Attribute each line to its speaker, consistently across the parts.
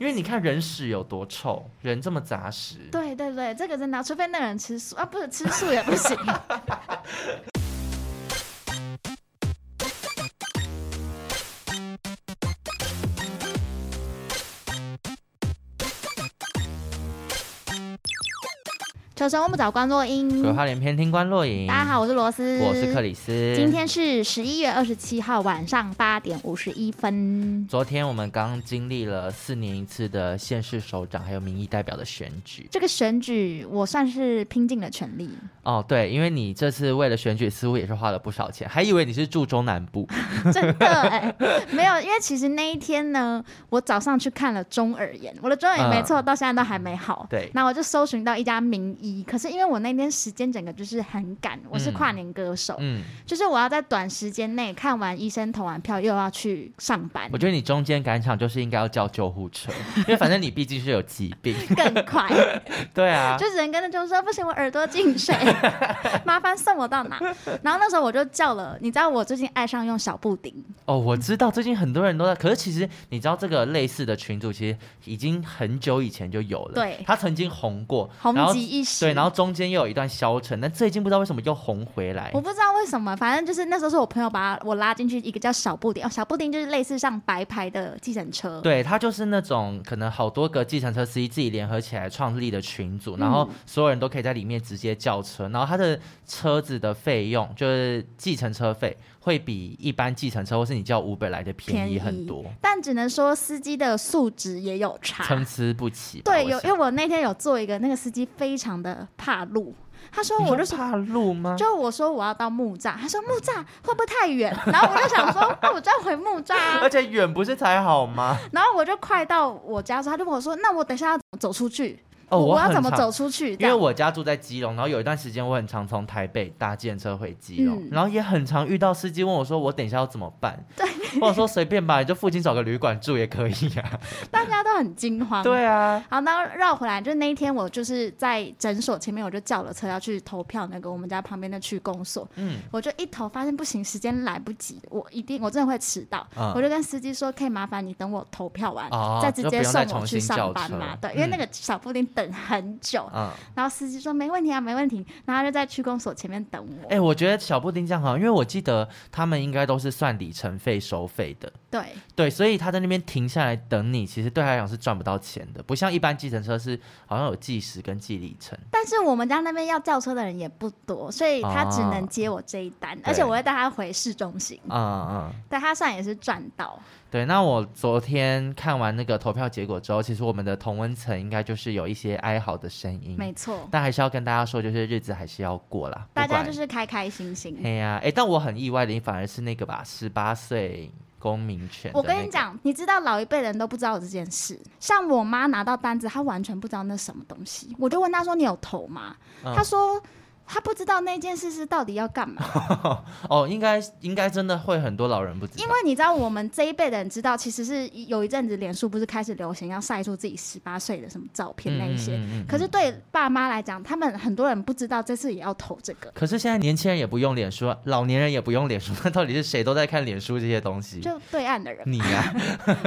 Speaker 1: 因为你看人屎有多臭，人这么杂食，
Speaker 2: 对对对，这个真的，啊除非那人吃素啊，不是吃素也不行。 求神问不找关洛英，
Speaker 1: 鬼话连篇听官落影。
Speaker 2: 大家好，我是罗斯，
Speaker 1: 我是克。里斯。
Speaker 2: 今天是十一月二十七号晚上八点五十一分，
Speaker 1: 昨天我们刚经历了四年一次的县市首长还有民意代表的选举
Speaker 2: 这个选举我算是拼尽了全力。
Speaker 1: 哦，对，因为你这次为了选举似乎也是花了不少钱，还以为你是住中南 部，
Speaker 2: 真的哎、没有，因为其实那一天呢，我早上去看了中耳炎，我的中耳炎
Speaker 1: 嗯
Speaker 2: 没错，到现在都还没好。
Speaker 1: 对
Speaker 2: 那我就搜寻到一家名医，可是因为我那天时间整个就是很赶，我是
Speaker 1: 嗯
Speaker 2: 跨年歌手，
Speaker 1: 嗯，
Speaker 2: 就是我要在短时间内看完医生投完票，又要去上班
Speaker 1: 我，觉得你中间赶场就是应该要叫救护车，因为反正你毕竟是有疾 病，
Speaker 2: 更快，
Speaker 1: 对啊，
Speaker 2: 就只能跟他就说不行，我耳朵 进水，麻烦送我到哪？然后那时候我就叫了，你知道我最近爱上用小布丁，
Speaker 1: 哦，我知道最近很多人都在，可是其实你知道这个类似的群组其实已经很久以前就有了，
Speaker 2: 对
Speaker 1: 他曾经红过，
Speaker 2: 红
Speaker 1: 然后
Speaker 2: 极一时，
Speaker 1: 对，然后中间又有一段消沉，但最近不知道为什么又红回来
Speaker 2: 我。不知道为什么，反正就是那时候是我朋友把我拉进去一个叫小布丁，哦，小布丁就是类似像白牌的计程车，
Speaker 1: 对他就是那种可能好多个计程车司机自己联合起来创立的群组，然后所有人都可以在里面直接叫车，然后他的车子的费用就是计程车费会比一般计程车或是你叫 Uber 来的便宜很多，
Speaker 2: 但只能说司机的素质也有差
Speaker 1: 参。差不齐吧。
Speaker 2: 对，
Speaker 1: 我
Speaker 2: 有，因
Speaker 1: 想
Speaker 2: 为我那天有做一个，那个司机非常的怕路，他说
Speaker 1: 你
Speaker 2: 我
Speaker 1: 说啊
Speaker 2: 就说。
Speaker 1: 怕路吗？
Speaker 2: 就我说我要到木栅，他说木栅会不会太远？然后我就想说，哦那我就要回木栅、啊
Speaker 1: 而。且远不是才好吗？
Speaker 2: 然后我就快到我家的时候，他就问我说，那我等一下要怎么走出去？
Speaker 1: 哦，
Speaker 2: 我要
Speaker 1: 很
Speaker 2: 怎么
Speaker 1: 常
Speaker 2: 走出去？这
Speaker 1: 因为
Speaker 2: 样
Speaker 1: 我家住在基隆，然后有一段时间我很常从台北搭计程车回基隆，
Speaker 2: 嗯
Speaker 1: 然后也很常遇到司机问我说：“我等一下要怎么办？”或者说随便吧，你就附近找个旅馆住也可以呀、
Speaker 2: 大家都很惊慌。
Speaker 1: 对啊，
Speaker 2: 好，那绕回来，就是那一天我就是在诊所前面，我就叫了车要去投票那个我们家旁边的区公所，
Speaker 1: 嗯，
Speaker 2: 我就一投发现不行，时间来不及，我一定我真的会迟到，
Speaker 1: 嗯
Speaker 2: 我就跟司机说，可以麻烦你等我投票完，
Speaker 1: 哦
Speaker 2: 再直
Speaker 1: 就
Speaker 2: 接
Speaker 1: 不用再
Speaker 2: 送我
Speaker 1: 重
Speaker 2: 去
Speaker 1: 新
Speaker 2: 上
Speaker 1: 叫
Speaker 2: 班
Speaker 1: 车
Speaker 2: 嘛，对，因为
Speaker 1: 嗯
Speaker 2: 那个小布丁等很久，
Speaker 1: 嗯，
Speaker 2: 然后司机说没问题啊，没问题，然后他就在区公所前面等我，
Speaker 1: 哎、我觉得小布丁这样好，因为我记得他们应该都是算里程费收费的，
Speaker 2: 对，
Speaker 1: 对，所以他在那边停下来等你，其实对他来讲是赚不到钱的，不像一般计程车是好像有计时跟计里程。
Speaker 2: 但是我们家那边要叫车的人也不多，所以他只能
Speaker 1: 哦
Speaker 2: 接我这一单，而且
Speaker 1: 对
Speaker 2: 我会带他回市中心，
Speaker 1: 嗯嗯。
Speaker 2: 但他算也是赚到。
Speaker 1: 对，那我昨天看完那个投票结果之后，其实我们的同温层应该就是有一些哀嚎的声音，
Speaker 2: 没错，
Speaker 1: 但还是要跟大家说，就是日子还是要过啦。
Speaker 2: 大家
Speaker 1: 不管
Speaker 2: 就是开开心心。
Speaker 1: 哎呀，哎，但我很意外的，你反而是那个吧，十八岁公民权、
Speaker 2: 我跟你，讲，你知道老一辈人都不知道这件事，像我妈拿到单子，她完全不知道那什么东西。我就问她说：“你有投吗？”
Speaker 1: 嗯
Speaker 2: 她说。她不知道那件事是到底要干嘛，
Speaker 1: 哦，应该应该真的会很多老人不知道，
Speaker 2: 因为你知道我们这一辈的人知道，其实是有一阵子脸书不是开始流行要晒出自己十八岁的什么照片那一
Speaker 1: 嗯
Speaker 2: 些，
Speaker 1: 嗯嗯嗯
Speaker 2: 可是对爸妈来讲，他们很多人不知道这次也要投这个，
Speaker 1: 可是现在年轻人也不用脸书，啊老年人也不用脸书，那到底是谁都在看脸书这些东西？
Speaker 2: 就对岸的 人，
Speaker 1: 你呀、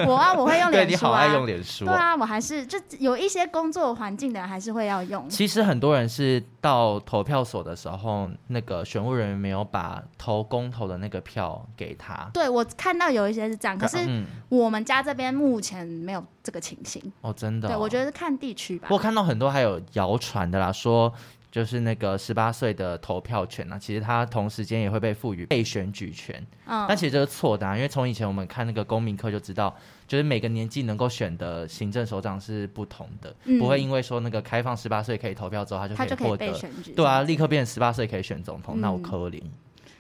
Speaker 2: 我啊我会用
Speaker 1: 对
Speaker 2: 脸
Speaker 1: 你
Speaker 2: 书
Speaker 1: 好
Speaker 2: 啊，
Speaker 1: 爱用脸书、哦
Speaker 2: 对啊，我还是就有一些工作环境的人还是会要用，
Speaker 1: 其实很多人是到投票所的时候，那个选务人员没有把投公投的那个票给他。
Speaker 2: 对我看到有一些是这样，可是
Speaker 1: 嗯，
Speaker 2: 我们家这边目前没有这个情形。
Speaker 1: 哦，真的哦、
Speaker 2: 对，我觉得是看地区吧
Speaker 1: 我。看到很多还有谣传的啦，说就是那个十八岁的投票权啊，其实他同时间也会被赋予被选举权，
Speaker 2: 嗯
Speaker 1: 但，其实这是错的、啊，因为从以前我们看那个公民课就知道，就是每个年纪能够选的行政首长是不同的，
Speaker 2: 嗯
Speaker 1: 不会因为说那个开放十八岁可以投票之后，他就
Speaker 2: 他就
Speaker 1: 可
Speaker 2: 可
Speaker 1: 以
Speaker 2: 以
Speaker 1: 获
Speaker 2: 被
Speaker 1: 得。
Speaker 2: 选举。
Speaker 1: 对啊，，立刻变成十八岁可以选总统，那我
Speaker 2: 嗯
Speaker 1: 可怜。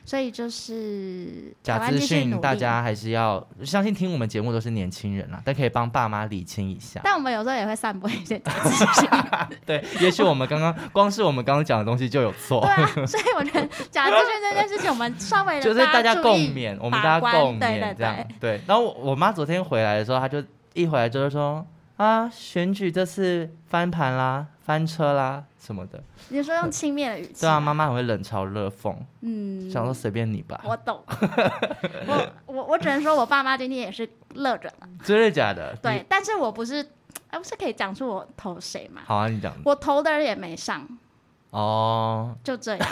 Speaker 2: 所以就是台
Speaker 1: 假
Speaker 2: 湾
Speaker 1: 资
Speaker 2: 继续努
Speaker 1: 讯，
Speaker 2: 力。
Speaker 1: 大。家还是要相信听我们节目都是年轻人啦，但可以帮爸妈理清一下
Speaker 2: 但我们有时候也会散播一 些假资讯，
Speaker 1: 对，也许我们刚刚光是我们刚刚讲的东西就有错，
Speaker 2: 对啊，所以我觉得假资讯这件事情，我们稍微地
Speaker 1: 就是大家
Speaker 2: 注
Speaker 1: 共
Speaker 2: 意
Speaker 1: 勉，我们
Speaker 2: 把
Speaker 1: 大家
Speaker 2: 关
Speaker 1: 共
Speaker 2: 对对
Speaker 1: 勉这样。对，然后我我妈昨天回来的时候，她就一回来就是说。啊，选举这次翻盘啦、翻车啦什么的。
Speaker 2: 你说用轻蔑的语气，
Speaker 1: 对啊，妈妈很会冷嘲热讽，
Speaker 2: 嗯，
Speaker 1: 想说随便你吧，
Speaker 2: 我懂， 我我我只能说我爸妈今天也是乐着了，
Speaker 1: 真的假的？你
Speaker 2: 嗯对，但是我不是，哎，不是可以讲出我投谁吗？
Speaker 1: 好啊，你讲
Speaker 2: 我投的人也没上，
Speaker 1: 哦。
Speaker 2: 就这样。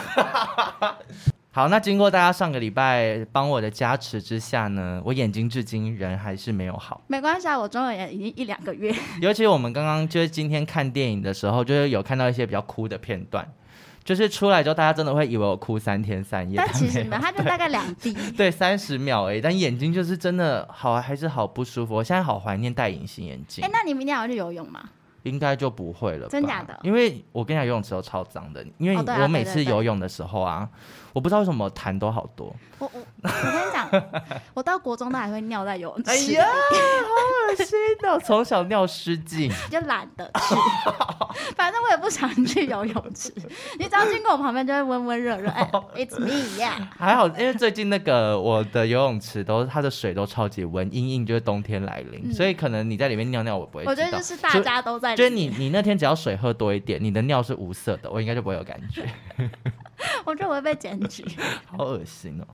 Speaker 1: 好，那经过大家上个礼拜帮我的加持之下呢，我眼睛至今人还是没有好。
Speaker 2: 没关系啊，我中文也已经一两个 月。
Speaker 1: 尤其我们刚刚就是今天看电影的时候，就是有看到一些比较哭的片段，就是出来之后大家真的会以为我哭三天三夜，
Speaker 2: 但其实没
Speaker 1: 没
Speaker 2: 有，
Speaker 1: 有
Speaker 2: 它就大概 两滴。
Speaker 1: 对三十秒而已，但眼睛就是真的好还是好不舒服。我现在好怀念戴隐形眼镜，
Speaker 2: 哎、那你明天还要去游泳吗？
Speaker 1: 应该就不会了吧，
Speaker 2: 真假的
Speaker 1: 因为我跟你讲游泳池都超脏的，因为
Speaker 2: 哦对啊
Speaker 1: 我每
Speaker 2: 对对
Speaker 1: 次
Speaker 2: 对
Speaker 1: 游泳的时候啊，我不知道为什么痰都好多。
Speaker 2: 我我我跟你 讲，我到国中都还会尿在游泳池，
Speaker 1: 哎呀，好恶心哦！从小尿失禁，
Speaker 2: 就懒得去。 反正我也不想去游泳池，你只要经过我旁边就会温温热 热。哎、i t s me yeah。
Speaker 1: 还好，因为最近那个我的游泳池都它的水都超级温，因应就是冬天来临，
Speaker 2: 嗯
Speaker 1: 所以可能你在里面尿尿我不会知道。
Speaker 2: 我觉得就是大
Speaker 1: 就
Speaker 2: 家都在，
Speaker 1: 就是你，你那天只要水喝多一点，你的尿是无色的，我应该就不会有感 觉，
Speaker 2: 我觉得我会被检举。
Speaker 1: 好恶心哦。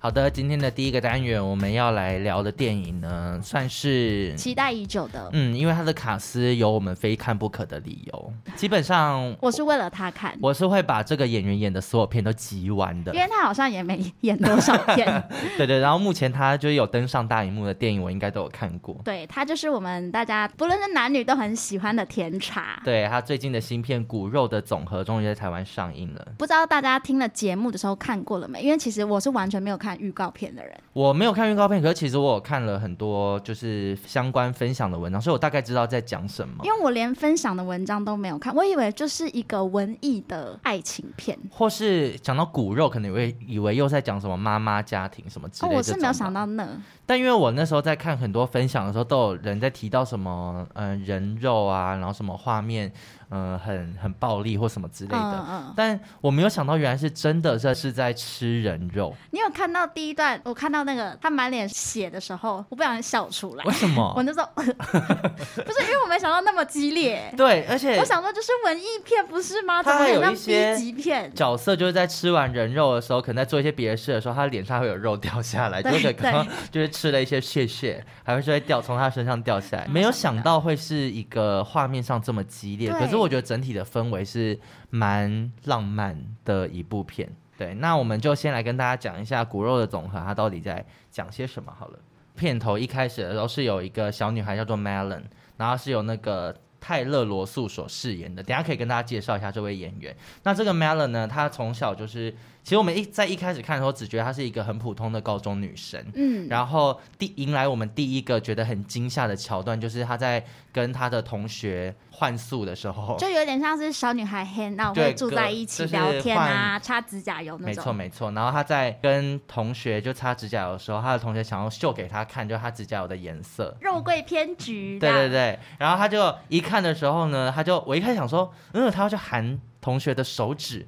Speaker 1: 好的，今天的第一个单元我们要来聊的电影呢，算是
Speaker 2: 期待已久的，
Speaker 1: 嗯，因为它的卡斯有我们非看不可的理由。基本上
Speaker 2: 我是为了他看，
Speaker 1: 我是会把这个演员演的所有片都集完的
Speaker 2: 因，为他好像也没演多少 片。
Speaker 1: 对对。然后目前他就是有登上大荧幕的电影，我应该都有看过。
Speaker 2: 对他就是我们大家不论是男女都很喜欢的甜茶。
Speaker 1: 对他最近的新片《骨肉的总和》终于在台湾上映了，
Speaker 2: 不知道大家听了节目的时候看过了没？因为其实我是完全没有看预告片的人。
Speaker 1: 我没有看预告片，可是其实我有看了很多就是相关分享的文章，所以我大概知道在讲什么，
Speaker 2: 因为我连分享的文章都没有看，我以为就是一个文艺的爱情片。
Speaker 1: 或是讲到骨肉，可能会以为又在讲什么妈妈家庭什么之
Speaker 2: 哦，
Speaker 1: 类的、
Speaker 2: 我是没有想，到那，
Speaker 1: 但因为我那时候在看很多分享的时候，都有人在提到什么嗯、呃人肉啊，然后什么画面嗯、呃很很暴力或什么之类的。
Speaker 2: 嗯，
Speaker 1: 但我没有想到，原来是真的这是在吃人 肉。
Speaker 2: 你有看到第一段？我看到那个他满脸血的时候，我不小心笑出来
Speaker 1: 为。什
Speaker 2: 我
Speaker 1: 么？
Speaker 2: 那时候 不是因为我没想到那么激烈，
Speaker 1: 对，而且
Speaker 2: 我想说就是文艺片不是吗？怎
Speaker 1: 它
Speaker 2: 么
Speaker 1: 还
Speaker 2: 可
Speaker 1: 有
Speaker 2: 以让
Speaker 1: 一些
Speaker 2: B 级片？
Speaker 1: 角色就是在吃完人肉的时候，可能在做一些别的事的时候，他脸上会有肉掉下来，就
Speaker 2: 对
Speaker 1: 是可能就是吃了一些屑屑，还会就会掉从他身上掉下来。没有想到会是一个画面上这么激烈，
Speaker 2: 对
Speaker 1: 可是我觉得整体的氛围是蛮浪漫的一部片。对，那我们就先来跟大家讲一下《骨肉的总和》它到底在讲些什么好了。片头一开始的时候是有一个小女孩叫做 Melon，然后是由那个泰勒·罗素所饰演的。等一下可以跟大家介绍一下这位演员。那这个 Melon 呢，她从小就是，其实我们一在一开始看的时候，只觉得她是一个很普通的高中女生。
Speaker 2: 嗯，
Speaker 1: 然后第迎来我们第一个觉得很惊吓的桥段，就是她在跟她的同学换宿的时候，
Speaker 2: 就有点像是小女孩 hang
Speaker 1: 哦
Speaker 2: out
Speaker 1: 对
Speaker 2: 会住在一起
Speaker 1: 就是
Speaker 2: 聊天啊，擦指甲油那
Speaker 1: 没错
Speaker 2: 种。
Speaker 1: 没错。然后她在跟同学就擦指甲油的时候，她的同学想要秀给她看，就是她指甲油的颜色，
Speaker 2: 肉桂偏橘，
Speaker 1: 对对，对，然后他就一看的时候呢，他就我一开始想说，嗯，他要去含同学的手指，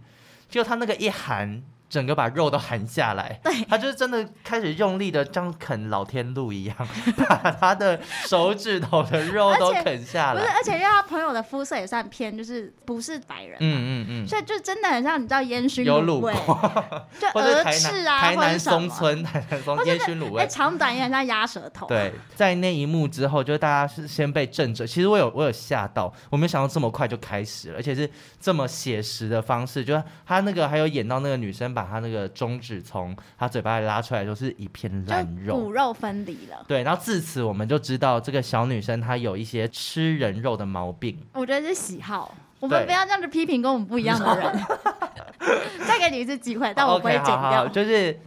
Speaker 1: 结果他那个一含，整个把肉都含下来，
Speaker 2: 对
Speaker 1: 他就是真的开始用力的像啃老天路一样， 把他的手指头的肉都
Speaker 2: 而且
Speaker 1: 啃下
Speaker 2: 不是，
Speaker 1: 来。
Speaker 2: 而且因为他朋友的肤色也算偏，就是不是白人，
Speaker 1: 嗯嗯
Speaker 2: 所以就真的很像你知道烟熏
Speaker 1: 有卤
Speaker 2: 味， 就
Speaker 1: 嗯，或者
Speaker 2: 鹅
Speaker 1: 台
Speaker 2: 翅
Speaker 1: 南、
Speaker 2: 啊，
Speaker 1: 台
Speaker 2: 或者
Speaker 1: 南
Speaker 2: 是什
Speaker 1: 松
Speaker 2: 么，
Speaker 1: 村、台南松
Speaker 2: 或者
Speaker 1: 烟熏卤
Speaker 2: 哎，
Speaker 1: 味。
Speaker 2: 长短也很像鸭舌头，
Speaker 1: 对，在那一幕之后，就是大家是先被震着。其实我有我有吓到，我没有想到这么快就开始了，而且是这么写实的方式。就是他那个还有演到那个女生把她那个中指从她嘴巴里拉出来，就是一片烂
Speaker 2: 就
Speaker 1: 肉。
Speaker 2: 骨肉分离了。
Speaker 1: 对，然后自此我们就知道这个小女生她有一些吃人肉的毛病。
Speaker 2: 我觉得是喜好，我们
Speaker 1: 对
Speaker 2: 不要这样子批评跟我们不一样的人。 再给你一次机会，但我不会
Speaker 1: 哦 OK，
Speaker 2: 剪
Speaker 1: 好好
Speaker 2: 掉。
Speaker 1: 就是，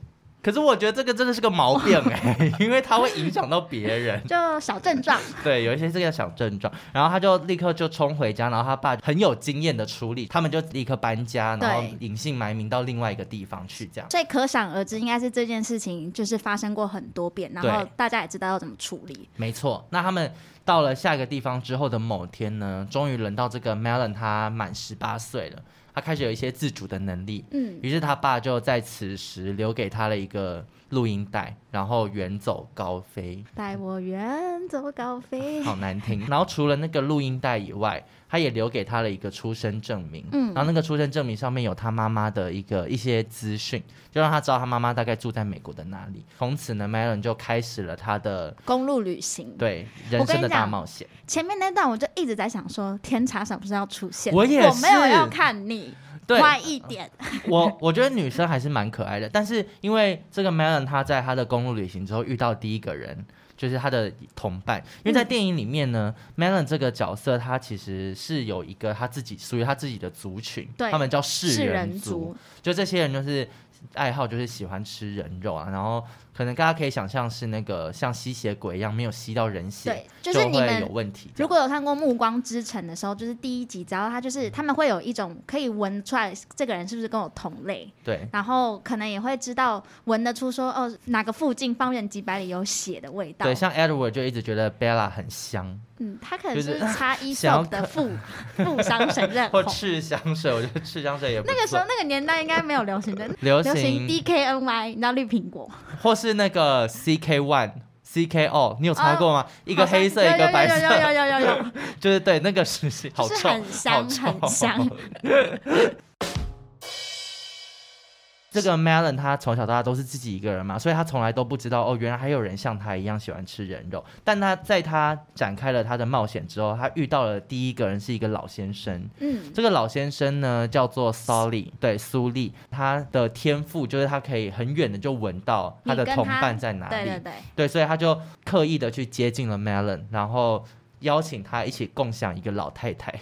Speaker 1: 可是我觉得这个真的是个毛 病哎、因为它会影响到别人。
Speaker 2: 就小症状，
Speaker 1: 对，有一些这个小症状，然后他就立刻就冲回家，然后他爸很有经验的处理，他们就立刻搬家，然后
Speaker 2: 对
Speaker 1: 隐姓埋名到另外一个地方去，这样。
Speaker 2: 所以可想而知，应该是这件事情就是发生过很多遍，然后
Speaker 1: 对
Speaker 2: 大家也知道要怎么处理。
Speaker 1: 没错，那他们到了下一个地方之后的某天呢，终于轮到这个 Melon，他满十八岁了，他开始有一些自主的能力，
Speaker 2: 嗯，
Speaker 1: 于是他爸就在此时留给他了一个录音带，然后远走高飞，
Speaker 2: 带我远走高飞。
Speaker 1: 好难听。然后除了那个录音带以外，他也留给他了一个出生证明，
Speaker 2: 嗯
Speaker 1: 然后那个出生证明上面有他妈妈的一个一些资讯，就让他知道他妈妈大概住在美国的哪里。从此呢，Melon 就开始了他的
Speaker 2: 公路旅行，
Speaker 1: 对人生的大冒险。
Speaker 2: 前面那段我就一直在想说，天茶什么时候要出现？
Speaker 1: 我也
Speaker 2: 我没有
Speaker 1: 是
Speaker 2: 要看你，
Speaker 1: 对，啊
Speaker 2: 快一点。
Speaker 1: 我我觉得女生还是蛮可爱的，但是因为这个 Melon 她在她的公路旅行之后遇到第一个人。就是她的同伴，因为
Speaker 2: 嗯
Speaker 1: 在电影里面呢、m e l o n 这个角色她其实是有一个她自己属于她自己的族群，
Speaker 2: 对
Speaker 1: 他们叫世
Speaker 2: 是
Speaker 1: 人
Speaker 2: 人
Speaker 1: 族，
Speaker 2: 族，
Speaker 1: 就这些人就是爱好就是喜欢吃人肉啊，然后可能大家可以想象是那个像吸血鬼一样没有吸到人血
Speaker 2: 对，，就是你
Speaker 1: 会有
Speaker 2: 们
Speaker 1: 问题这样。
Speaker 2: 如果有看过《暮光之城》的时候，就是第一集，只要他就是他们会有一种可以闻出来这个人是不是跟我同类，
Speaker 1: 对
Speaker 2: 然后可能也会知道闻得出说哦哪个附近方圆几百里有血的味道
Speaker 1: 对，。像 Edward 就一直觉得 Bella 很香，
Speaker 2: 嗯，他可能
Speaker 1: 就是
Speaker 2: 是 擦衣
Speaker 1: 想要
Speaker 2: 服的富富商神认
Speaker 1: 或
Speaker 2: 红。
Speaker 1: 赤香水，我觉得赤香水也不
Speaker 2: 那个时
Speaker 1: 错
Speaker 2: 候那个年代应该没有流行的，
Speaker 1: 流
Speaker 2: 流
Speaker 1: 行
Speaker 2: 行 DKNY，你知道绿苹果？
Speaker 1: 或是那个 CK One。C K O，你有查过吗？一个黑色，
Speaker 2: 哦好像
Speaker 1: 一个白
Speaker 2: 有有
Speaker 1: 色，
Speaker 2: 有有有有有有，
Speaker 1: 就是对那个时期，好
Speaker 2: 就是
Speaker 1: 臭，
Speaker 2: 很香
Speaker 1: 好臭
Speaker 2: 很香。
Speaker 1: 这个 Melon 他从小到大都是自己一个人嘛，所以他从来都不知道哦，原来还有人像他一样喜欢吃人肉。但他在他展开了他的冒险之后，他遇到了第一个人是一个老先生，
Speaker 2: 嗯，
Speaker 1: 这个老先生呢叫做 Solly，对苏丽，他的天赋就是他可以很远的就闻到他的
Speaker 2: 你跟
Speaker 1: 同
Speaker 2: 他
Speaker 1: 伴在哪里，
Speaker 2: 对对对，
Speaker 1: 对，所以他就刻意的去接近了 Melon，然后邀请他一起共享一个老太 太。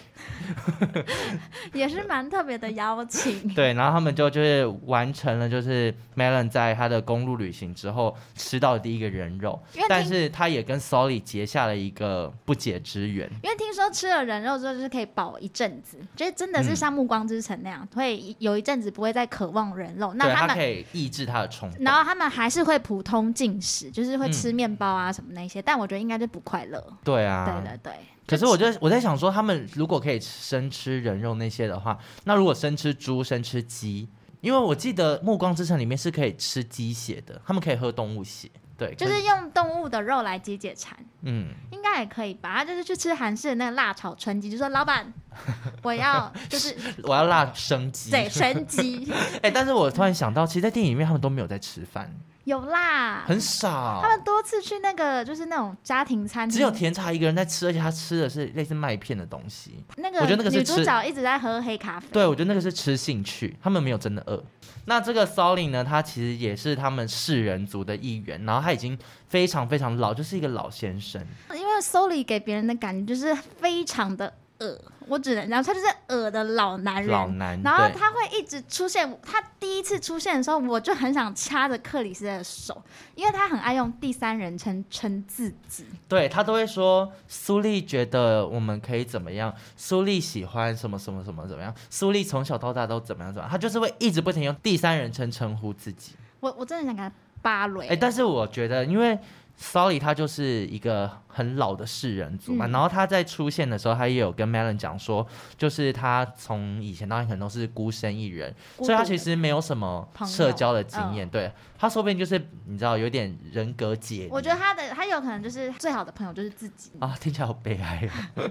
Speaker 2: 也是蛮特别的邀 请。
Speaker 1: 对，然后他们就就是完成了，就是 Melon 在他的公路旅行之后吃到的第一个人肉，
Speaker 2: 因为
Speaker 1: 但
Speaker 2: 听
Speaker 1: 是他也跟 Solly 结下了一个不解之缘。
Speaker 2: 因为听说吃了人肉之后就是可以饱一阵
Speaker 1: 嗯
Speaker 2: 子，就是真的是像《暮光之城》那样，会有一阵子不会再渴望人肉。那
Speaker 1: 对
Speaker 2: 他
Speaker 1: 他
Speaker 2: 们，
Speaker 1: 可以抑制他的冲动。
Speaker 2: 然后他们还是会普通进食，就是会
Speaker 1: 嗯
Speaker 2: 吃面包啊什么那些，但我觉得应该就不快乐。
Speaker 1: 对啊，
Speaker 2: 对对对，
Speaker 1: 可是我就我在想说，他们如果可以生吃人肉那些的话，那如果生吃猪、生吃鸡，因为我记得《暮光之城》里面是可以吃鸡血的，他们可以喝动物血。对，
Speaker 2: 就
Speaker 1: 可
Speaker 2: 是用动物的肉来解解馋，
Speaker 1: 嗯，
Speaker 2: 应该也可以吧？他就是去吃韩式的那个辣炒春鸡，就说 老板，我要就是
Speaker 1: 我要辣生鸡。
Speaker 2: 对神鸡
Speaker 1: 哎、但是我突然想到，其实，在电影里面他们都没有在吃饭，
Speaker 2: 有辣，
Speaker 1: 很少
Speaker 2: 他，们多次去那个就是那种家庭餐厅，
Speaker 1: 只有甜茶一个人在吃，而且他吃的是类似麦片的东西。
Speaker 2: 那个
Speaker 1: 我觉得那个是
Speaker 2: 女主
Speaker 1: 吃
Speaker 2: 角一直在喝黑咖啡，
Speaker 1: 对，我觉得那个是吃兴趣，他们没有真的饿。那这个 Solly 呢，他其实也是他们世人族的一员，然后他已经非常非常老，就是一个老先生。
Speaker 2: 因为 Soli 给别人的感觉就是非常的恶，我只能讲他就是恶的老男
Speaker 1: 老
Speaker 2: 人。
Speaker 1: 男，
Speaker 2: 然后
Speaker 1: 对
Speaker 2: 他会一直出现，他第一次出现的时候，我就很想掐着克里斯的手，因为他很爱用第三人称称自己。
Speaker 1: 对他都会说，苏丽觉得我们可以怎么样，苏丽喜欢什么什么什么怎么样，苏丽从小到大都怎么样怎么样，他就是会一直不停用第三人称称呼自己。
Speaker 2: 我我真的想给他扒雷。
Speaker 1: 哎、但是我觉得，因为 Solly 他就是一个很老的世人族嘛，
Speaker 2: 嗯
Speaker 1: 然后他在出现的时候，他也有跟 Melon 讲说，就是他从以前到现在可能都是孤身一人，
Speaker 2: 孤独
Speaker 1: 所以他其
Speaker 2: 的
Speaker 1: 实没有什么
Speaker 2: 朋友
Speaker 1: 社交的经验，对他说不定就是你知道有点人格解离。
Speaker 2: 我觉得他的他有可能就是最好的朋友就是自己。
Speaker 1: 啊，听起来好悲哀、哦。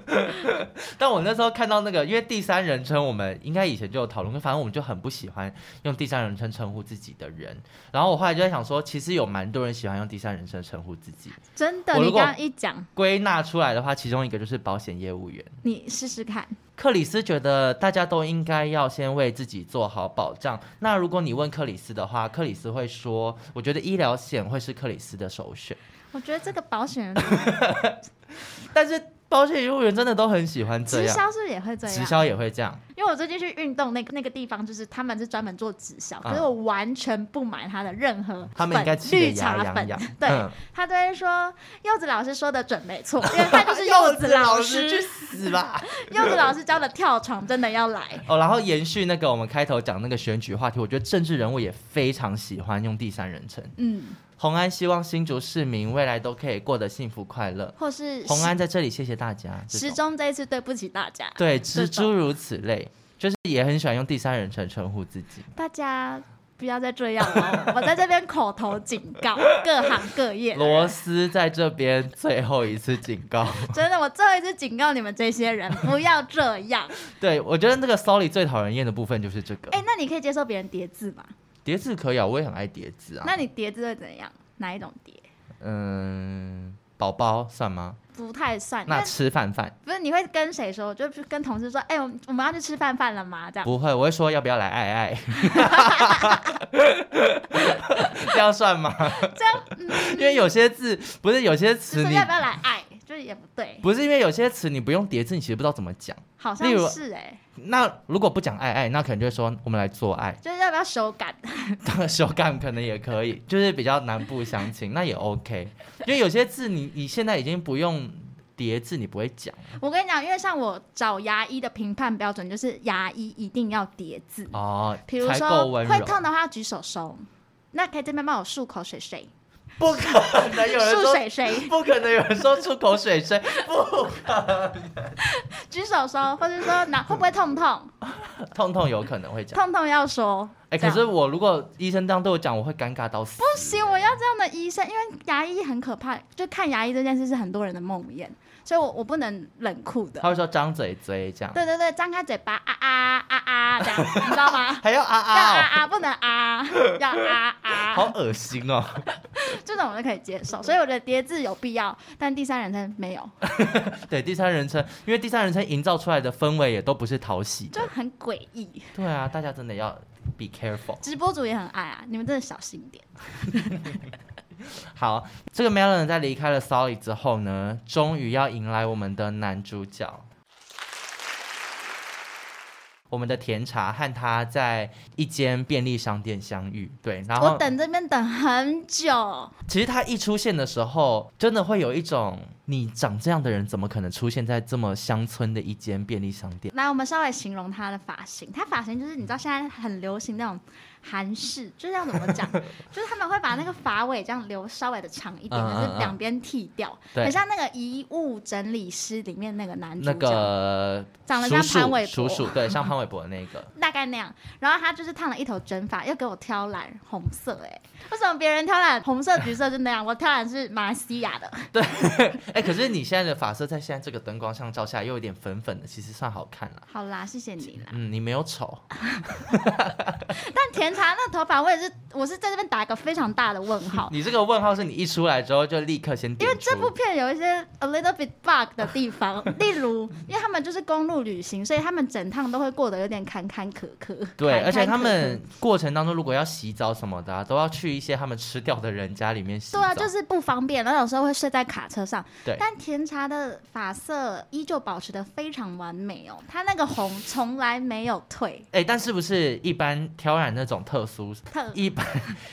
Speaker 1: 但我那时候看到那个，因为第三人称，我们应该以前就有讨论过，反正我们就很不喜欢用第三人称称呼自己的人。然后我后来就在想说，其实有蛮多人喜欢用第三人称称呼自己。
Speaker 2: 真的，
Speaker 1: 我
Speaker 2: 你
Speaker 1: 如果
Speaker 2: 刚刚一讲，
Speaker 1: 归纳出来的话，其中一个就是保险业务员。
Speaker 2: 你试试看。
Speaker 1: 克里斯觉得大家都应该要先为自己做好保障。那如果你问克里斯的话，克里斯会说：“我觉得医疗险会是克里斯的首选。”
Speaker 2: 我觉得这个保险
Speaker 1: 但是保险业务员真的都很喜欢这
Speaker 2: 直
Speaker 1: 样，
Speaker 2: 销是不是啊也会这样？
Speaker 1: 直销也会这样。
Speaker 2: 因为我最近去运动那个那个地方，就是他们是专门做直销，可是
Speaker 1: 嗯
Speaker 2: 我完全不买他的任何粉，
Speaker 1: 他们应该气得
Speaker 2: 绿
Speaker 1: 牙
Speaker 2: 茶
Speaker 1: 痒
Speaker 2: 粉
Speaker 1: 痒。。
Speaker 2: 对、
Speaker 1: 嗯
Speaker 2: 他都会说，柚子老师说的准没 错，因为他就是柚子老
Speaker 1: 柚去
Speaker 2: 师，
Speaker 1: 死吧！
Speaker 2: 柚子老师教的跳床真的要来。
Speaker 1: 哦，然后延续那个我们开头讲那个选举话题，我觉得政治人物也非常喜欢用第三人称。
Speaker 2: 嗯，
Speaker 1: 红安希望新竹市民未来都可以过得幸福快乐。
Speaker 2: 或是
Speaker 1: 红安在这里谢谢大家。这
Speaker 2: 时
Speaker 1: 种
Speaker 2: 钟这一次对不起大家，
Speaker 1: 对，
Speaker 2: 这
Speaker 1: 诸
Speaker 2: 种
Speaker 1: 诸如此类，就是也很喜欢用第三人称称呼自己。
Speaker 2: 大家不要再这样了， 我在这边口头警告各行 各业的人
Speaker 1: 罗斯在这边最后一次警告，
Speaker 2: 真的，我最后一次警告你们这些人，不要这样。
Speaker 1: 对我觉得那个 Sorry 最讨人厌的部分就是这个。
Speaker 2: 哎、那你可以接受别人叠字吗？
Speaker 1: 叠字可以啊，我也很爱叠字啊。
Speaker 2: 那你叠字会怎样？哪一种叠？
Speaker 1: 嗯，宝宝算吗？
Speaker 2: 不太算。
Speaker 1: 那
Speaker 2: 但
Speaker 1: 吃饭饭
Speaker 2: 不是你会跟谁说？就是跟同事说，哎、我们我们要去吃饭饭了吗？这样。
Speaker 1: 不会，我会说要不要来爱爱， 这样算吗？
Speaker 2: 这样，
Speaker 1: 因为有些字不是有些
Speaker 2: 嗯就
Speaker 1: 词
Speaker 2: 是
Speaker 1: 你
Speaker 2: 要不要来爱？就是也不对，
Speaker 1: 不是因为有些词你不用叠字，你其实不知道怎么讲。
Speaker 2: 好像
Speaker 1: 例如
Speaker 2: 是哎、
Speaker 1: 那如果不讲爱爱，那可能就会说我们来做爱，
Speaker 2: 就是要不要手感？
Speaker 1: 当然手感可能也可以， 就是比较南部相亲，那也 OK。因为有些字你你现在已经不用叠字，你不会讲
Speaker 2: 我跟你讲，因为像我找牙医的评判标准就是牙医一定要叠字，
Speaker 1: 哦，
Speaker 2: 比如
Speaker 1: 才够
Speaker 2: 说
Speaker 1: 温
Speaker 2: 会
Speaker 1: 柔，
Speaker 2: 痛的话要举手收，那可以这边帮我漱口水水，
Speaker 1: 不可能有人
Speaker 2: 漱
Speaker 1: 说。
Speaker 2: 水水，
Speaker 1: 不可能有人说出口水声，
Speaker 2: 举手收，或者说哪会不会痛痛？
Speaker 1: 痛痛有可能会讲。
Speaker 2: 痛痛要说。
Speaker 1: 哎、
Speaker 2: 这
Speaker 1: 可
Speaker 2: 样
Speaker 1: 是我如果医生这样对我讲，我会尴尬到死。
Speaker 2: 不行，我要这样的医生，因为牙医很可怕，就看牙医这件事是很多人的梦魇，所以我我不能冷酷的
Speaker 1: 他。会说张嘴嘴这样，？
Speaker 2: 对对对，张开嘴巴啊啊啊啊这样，你知道吗
Speaker 1: 还要啊
Speaker 2: 要啊
Speaker 1: 啊
Speaker 2: 啊，不能啊，要啊
Speaker 1: 哦，
Speaker 2: 啊，
Speaker 1: 好恶心哦。
Speaker 2: 这种我就可以接受，所以我觉得叠字有必要，但第三人称没有，
Speaker 1: 对，第三人称，因为第三人称营造出来的氛围也都不是讨喜的
Speaker 2: 就。很诡异。
Speaker 1: 对啊，大家真的要 be careful。
Speaker 2: 直播主也很爱啊，你们真的小心一点。
Speaker 1: 好，这个 Melon 在离开了 Solly 之后呢，终于要迎来我们的男主角。我们的甜茶和他在一间便利商店相遇，对，然
Speaker 2: 我
Speaker 1: 后
Speaker 2: 等这边等很久，
Speaker 1: 其实他一出现的时候，真的会有一种你长这样的人怎么可能出现在这么乡村的一间便利商店？
Speaker 2: 来，我们稍微形容她的发型。她发型就是你知道现在很流行那种韩式，就是要怎么 讲，就是他们会把那个发尾这样留稍微的长一点，
Speaker 1: 嗯嗯
Speaker 2: 就
Speaker 1: 嗯
Speaker 2: 是两边剃掉，
Speaker 1: 对
Speaker 2: 很像那个遗物整理师里面那个男主
Speaker 1: 那
Speaker 2: 角，
Speaker 1: 个
Speaker 2: 长得
Speaker 1: 叔
Speaker 2: 像
Speaker 1: 叔
Speaker 2: 潘玮
Speaker 1: 叔
Speaker 2: 柏
Speaker 1: 叔，对，像潘玮柏那个。
Speaker 2: 大概那样。然后他就是烫了一头卷发，又给我挑染红色、哎，为什么别人挑染红色、橘色就那样，我挑染是马来西亚的？
Speaker 1: 哎、可是你现在的发色在现在这个灯光上照下来，又有点粉粉的，其实算好看 了。
Speaker 2: 好啦，谢谢你啦。
Speaker 1: 嗯，你没有丑，
Speaker 2: 但甜茶那个头发，我也是，我是在这边打一个非常大的问号。
Speaker 1: 你这个问号是你一出来之后就立刻先
Speaker 2: 因
Speaker 1: 点
Speaker 2: 为
Speaker 1: 出
Speaker 2: 哎这部片有一些 a little bit bug 的 地方，例如，因为他们就是公路旅行，所以他们整趟都会过得有点坎坎坷坷。
Speaker 1: 对，
Speaker 2: 坎坎坷坷啊
Speaker 1: 而且他们过程当中如果要洗澡什么的、啊，都要去一些他们吃掉的人家里面洗澡。
Speaker 2: 对啊，就是不方便，然后有时候会睡在卡车上。
Speaker 1: 对
Speaker 2: 但甜茶的发色依旧保持的非常完美哦，她那个红从来没有退。
Speaker 1: 哎、但是不是一般挑染那种特殊，
Speaker 2: 特
Speaker 1: 一般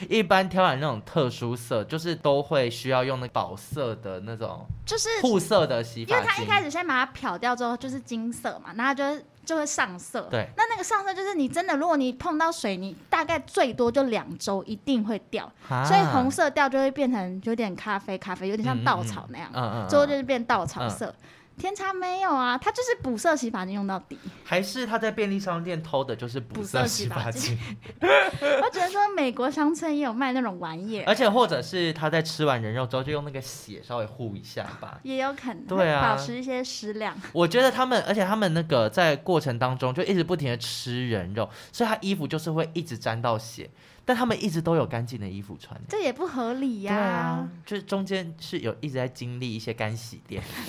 Speaker 1: 一般挑染那种特殊色，就是都会需要用那个保色的那种
Speaker 2: 就是
Speaker 1: 护色的洗
Speaker 2: 因
Speaker 1: 发
Speaker 2: 为他
Speaker 1: 精
Speaker 2: 一。开始先把它漂掉之后就是金色嘛，然后它就会就会上色。
Speaker 1: 对，
Speaker 2: 那那个上色就是你真的，如果你碰到水泥，大概最多就两周一定会掉，
Speaker 1: 啊
Speaker 2: 所以红色调就会变成有点咖啡咖啡，有点像稻草那样，
Speaker 1: 嗯嗯嗯
Speaker 2: 最后就是变稻草色。天差没有啊，它就是补色洗发精用到底。
Speaker 1: 还是他在便利商店偷的就是补
Speaker 2: 补
Speaker 1: 色
Speaker 2: 色
Speaker 1: 洗
Speaker 2: 洗
Speaker 1: 发
Speaker 2: 发
Speaker 1: 精。
Speaker 2: 我只能说美国乡村也有卖那种玩意儿，
Speaker 1: 而且或者是他在吃完人肉之后，就用那个血稍微护一下 吧。
Speaker 2: 也有可能
Speaker 1: 对啊
Speaker 2: 保持一些食量。
Speaker 1: 我觉得他们，而且他们那个在过程当中就一直不停的吃人肉，所以他衣服就是会一直沾到血，但他们一直都有干净的衣服穿。
Speaker 2: 这也不合理
Speaker 1: 对
Speaker 2: 呀、
Speaker 1: 啊，就是中间是有一直在经历一些干洗 店，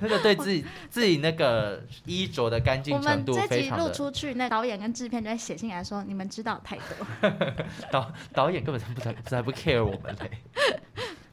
Speaker 1: 真的对自己自己那个衣着的干
Speaker 2: 我
Speaker 1: 净程
Speaker 2: 们
Speaker 1: 度
Speaker 2: 这
Speaker 1: 非
Speaker 2: 集
Speaker 1: 常
Speaker 2: 录
Speaker 1: 的，
Speaker 2: 出去，那导演跟制片就会写信来说，你们知道太多。
Speaker 1: 导导演根本就不才不才不 care 我们嘞。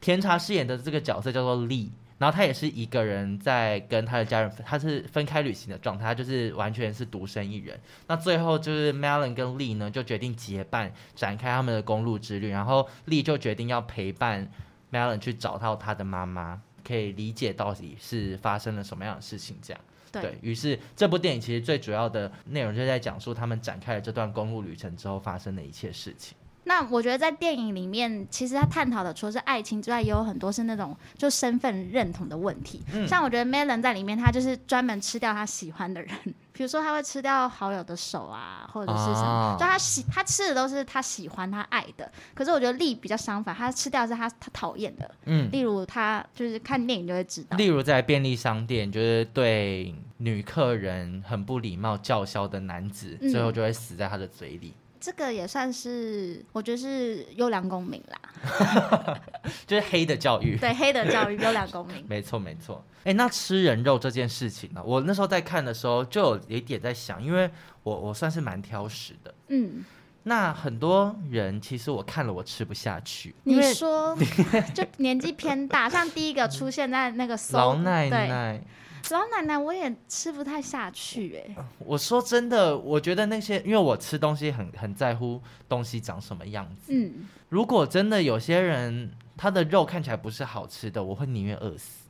Speaker 1: 甜茶饰演的这个角色叫做丽，然后她也是一个人在跟她的家人，她是分开旅行的状态，她就是完全是独身一人。那最后就是 Melon 跟丽呢就决定结伴展开他们的公路之旅，然后丽就决定要陪伴 Melon 去找到她的妈妈，可以理解到底是发生了什么样的事情这样。
Speaker 2: 对
Speaker 1: 于是这部电影其实最主要的内容就是在讲述他们展开了这段公路旅程之后发生的一切事情。
Speaker 2: 那我觉得在电影里面，其实他探讨的除了是爱情之外，也有很多是那种就身份认同的问题。
Speaker 1: 嗯
Speaker 2: 像我觉得 Melon 在里面，他就是专门吃掉他喜欢 的人，比如说他会吃掉好友的手啊，或者是什
Speaker 1: 啊
Speaker 2: 么，就他喜他吃的都是他喜欢他爱的。可是我觉得力比较相反，他吃掉的是他他讨厌的，
Speaker 1: 嗯，
Speaker 2: 例如他就是看电影就会知道。
Speaker 1: 例如在便利商店，就是对女客人很不礼貌叫嚣的男子，
Speaker 2: 嗯
Speaker 1: 最后就会死在他的嘴里。
Speaker 2: 这个也算是，我觉得是优良公民 啦，
Speaker 1: 就是黑的教育。
Speaker 2: 对黑的教育优良公民。
Speaker 1: 没错，没错。哎，那吃人肉这件事情呢、我那时候在看的时候就有一点在想，因为我我算是蛮挑食的。
Speaker 2: 嗯，
Speaker 1: 那很多人其实我看了我吃不下去，因
Speaker 2: 你
Speaker 1: 为
Speaker 2: 说就年纪偏大，像第一个出现在那个搜
Speaker 1: 老奶，奶，
Speaker 2: 对老奶奶我也吃不太下去哎、
Speaker 1: 我说真的，我觉得那些因为我吃东西很很在乎东西长什么样子。
Speaker 2: 嗯，
Speaker 1: 如果真的有些人他的肉看起来不是好吃的，我会宁愿饿死。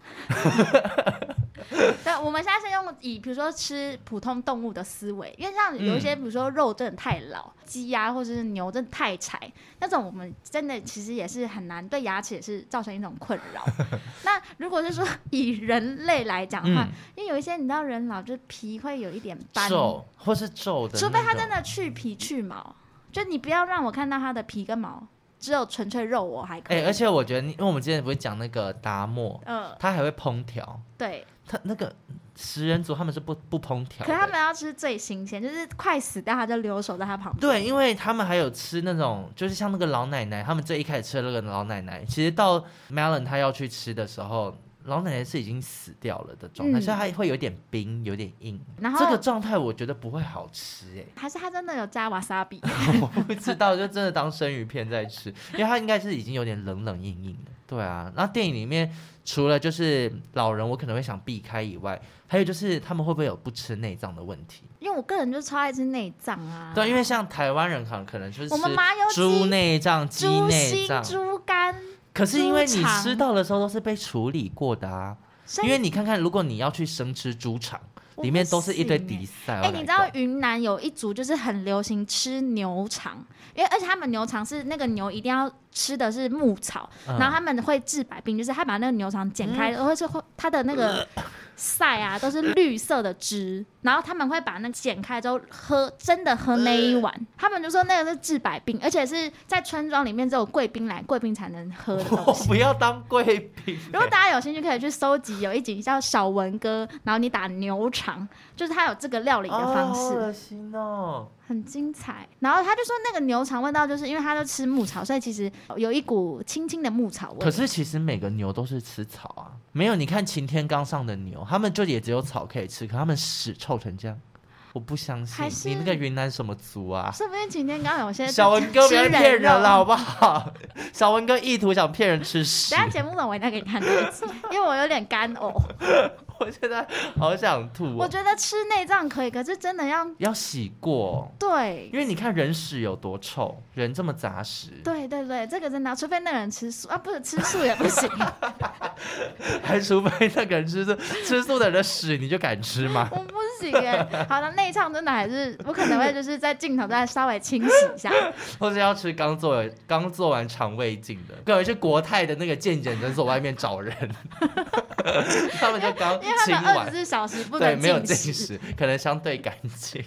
Speaker 2: 对，我们现在是用以比如说吃普通动物的思维，因为像有一
Speaker 1: 嗯
Speaker 2: 些比如说肉真的太老，鸡呀、或者是牛真的太柴，那种我们真的其实也是很难对牙齿也是造成一种困扰。 那如果是说以人类来讲的话，
Speaker 1: 嗯，
Speaker 2: 因为有一些你知道人老就是皮会有一点斑，
Speaker 1: 皱或是皱的那种，
Speaker 2: 除非他真的去皮去毛，就你不要让我看到他的皮跟毛，只有纯粹肉我还可
Speaker 1: 哎、
Speaker 2: 以。
Speaker 1: 而且我觉得你，因为我们之前不是讲那个达莫，
Speaker 2: 呃，
Speaker 1: 他还会烹调，
Speaker 2: 对，
Speaker 1: 他那个食人族他们是不不烹调
Speaker 2: 可
Speaker 1: 的，
Speaker 2: 是他们要吃最新鲜，就是快死掉他就留守在他旁边。
Speaker 1: 对，因为他们还有吃那种，就是像那个老奶奶，他们最一开始吃的那个老奶奶，其实到 Melon 他要去吃的时候，老奶奶是已经死掉了的状态，
Speaker 2: 嗯
Speaker 1: 所以它会有点冰，有点硬，
Speaker 2: 然后
Speaker 1: 这个状态我觉得不会好吃哎、
Speaker 2: 还是他真的有加瓦萨比，
Speaker 1: 我不知道，就真的当生鱼片在吃，因为它应该是已经有点冷冷硬硬的。对啊，那电影里面除了就是老人，我可能会想避开以外，还有就是他们会不会有不吃内脏的问题？
Speaker 2: 因为我个人就超爱吃内脏啊。
Speaker 1: 对，因为像台湾人可能可能就是
Speaker 2: 我们麻油
Speaker 1: 吃猪
Speaker 2: 鸡、
Speaker 1: 内脏、鸡
Speaker 2: 猪
Speaker 1: 内
Speaker 2: 心
Speaker 1: 脏、，
Speaker 2: 猪肝，
Speaker 1: 可是因为
Speaker 2: 猪
Speaker 1: 你
Speaker 2: 肠
Speaker 1: 吃到的时候都是被处理过的啊，
Speaker 2: 所
Speaker 1: 因
Speaker 2: 以
Speaker 1: 为你看看，如果你要去生吃猪肠，
Speaker 2: 我
Speaker 1: 里
Speaker 2: 不
Speaker 1: 面都是一堆
Speaker 2: 行欸
Speaker 1: 比赛。
Speaker 2: 哎、你知道云南有一族就是很流行吃牛肠，因为而且他们牛肠是那个牛一定要吃的是牧草，
Speaker 1: 嗯
Speaker 2: 然后他们会治百病，就是他把那个牛肠剪开，或者是会它的那个塞嗯啊都是绿色的汁，然后他们会把那剪开之后喝，真的喝那一碗，嗯他们就说那个是治百病，而且是在村庄里面只有贵宾来贵宾才能喝 的 东
Speaker 1: 我
Speaker 2: 西。
Speaker 1: 不要当贵宾
Speaker 2: 如果大家有兴趣，可以去搜集有一集叫《小文哥》，然后你打牛肠，就是他有这个料理的方式。
Speaker 1: 哦好恶心哦。
Speaker 2: 很精彩。然后他就说那个牛肠味道，就是因为他都吃牧草，所以其实有一股轻轻的牧草味。
Speaker 1: 可是其实每个牛都是吃草啊，没有你看晴天刚上的牛，他们就也只有草可以吃，可他们屎臭成这样，我不相
Speaker 2: 还
Speaker 1: 信。
Speaker 2: 是
Speaker 1: 你那个云南什么族啊？
Speaker 2: 说不定晴天刚有些
Speaker 1: 小文哥不要
Speaker 2: 吃
Speaker 1: 骗人
Speaker 2: 肉
Speaker 1: 了好不好？小文哥意图想骗人吃屎
Speaker 2: 等，下节目总我一定要给你看那一集，因为我有点干呕。
Speaker 1: 我现在好想吐
Speaker 2: 我
Speaker 1: 哦。
Speaker 2: 觉得吃内脏可以，可是真的要
Speaker 1: 要洗过，
Speaker 2: 对
Speaker 1: 因为你看人屎有多臭，人这么杂食，
Speaker 2: 对对对，这个真的要，除非那个人吃素啊，不是吃素也不行。
Speaker 1: 还除非那个人吃素，吃素的人的屎你就敢吃吗？
Speaker 2: 我不行哎、好了，内脏真的还是我可能会就是在镜头再稍微清洗一下。
Speaker 1: 或是要吃刚做完刚做完肠胃镜的，可能去国泰的那个健检诊所外面找 人，他们就刚
Speaker 2: 因为他
Speaker 1: 清
Speaker 2: 们二十
Speaker 1: 完，
Speaker 2: 四小时不
Speaker 1: 对，
Speaker 2: 能
Speaker 1: 没有
Speaker 2: 进
Speaker 1: 进
Speaker 2: 食，
Speaker 1: 食，可能相对干净。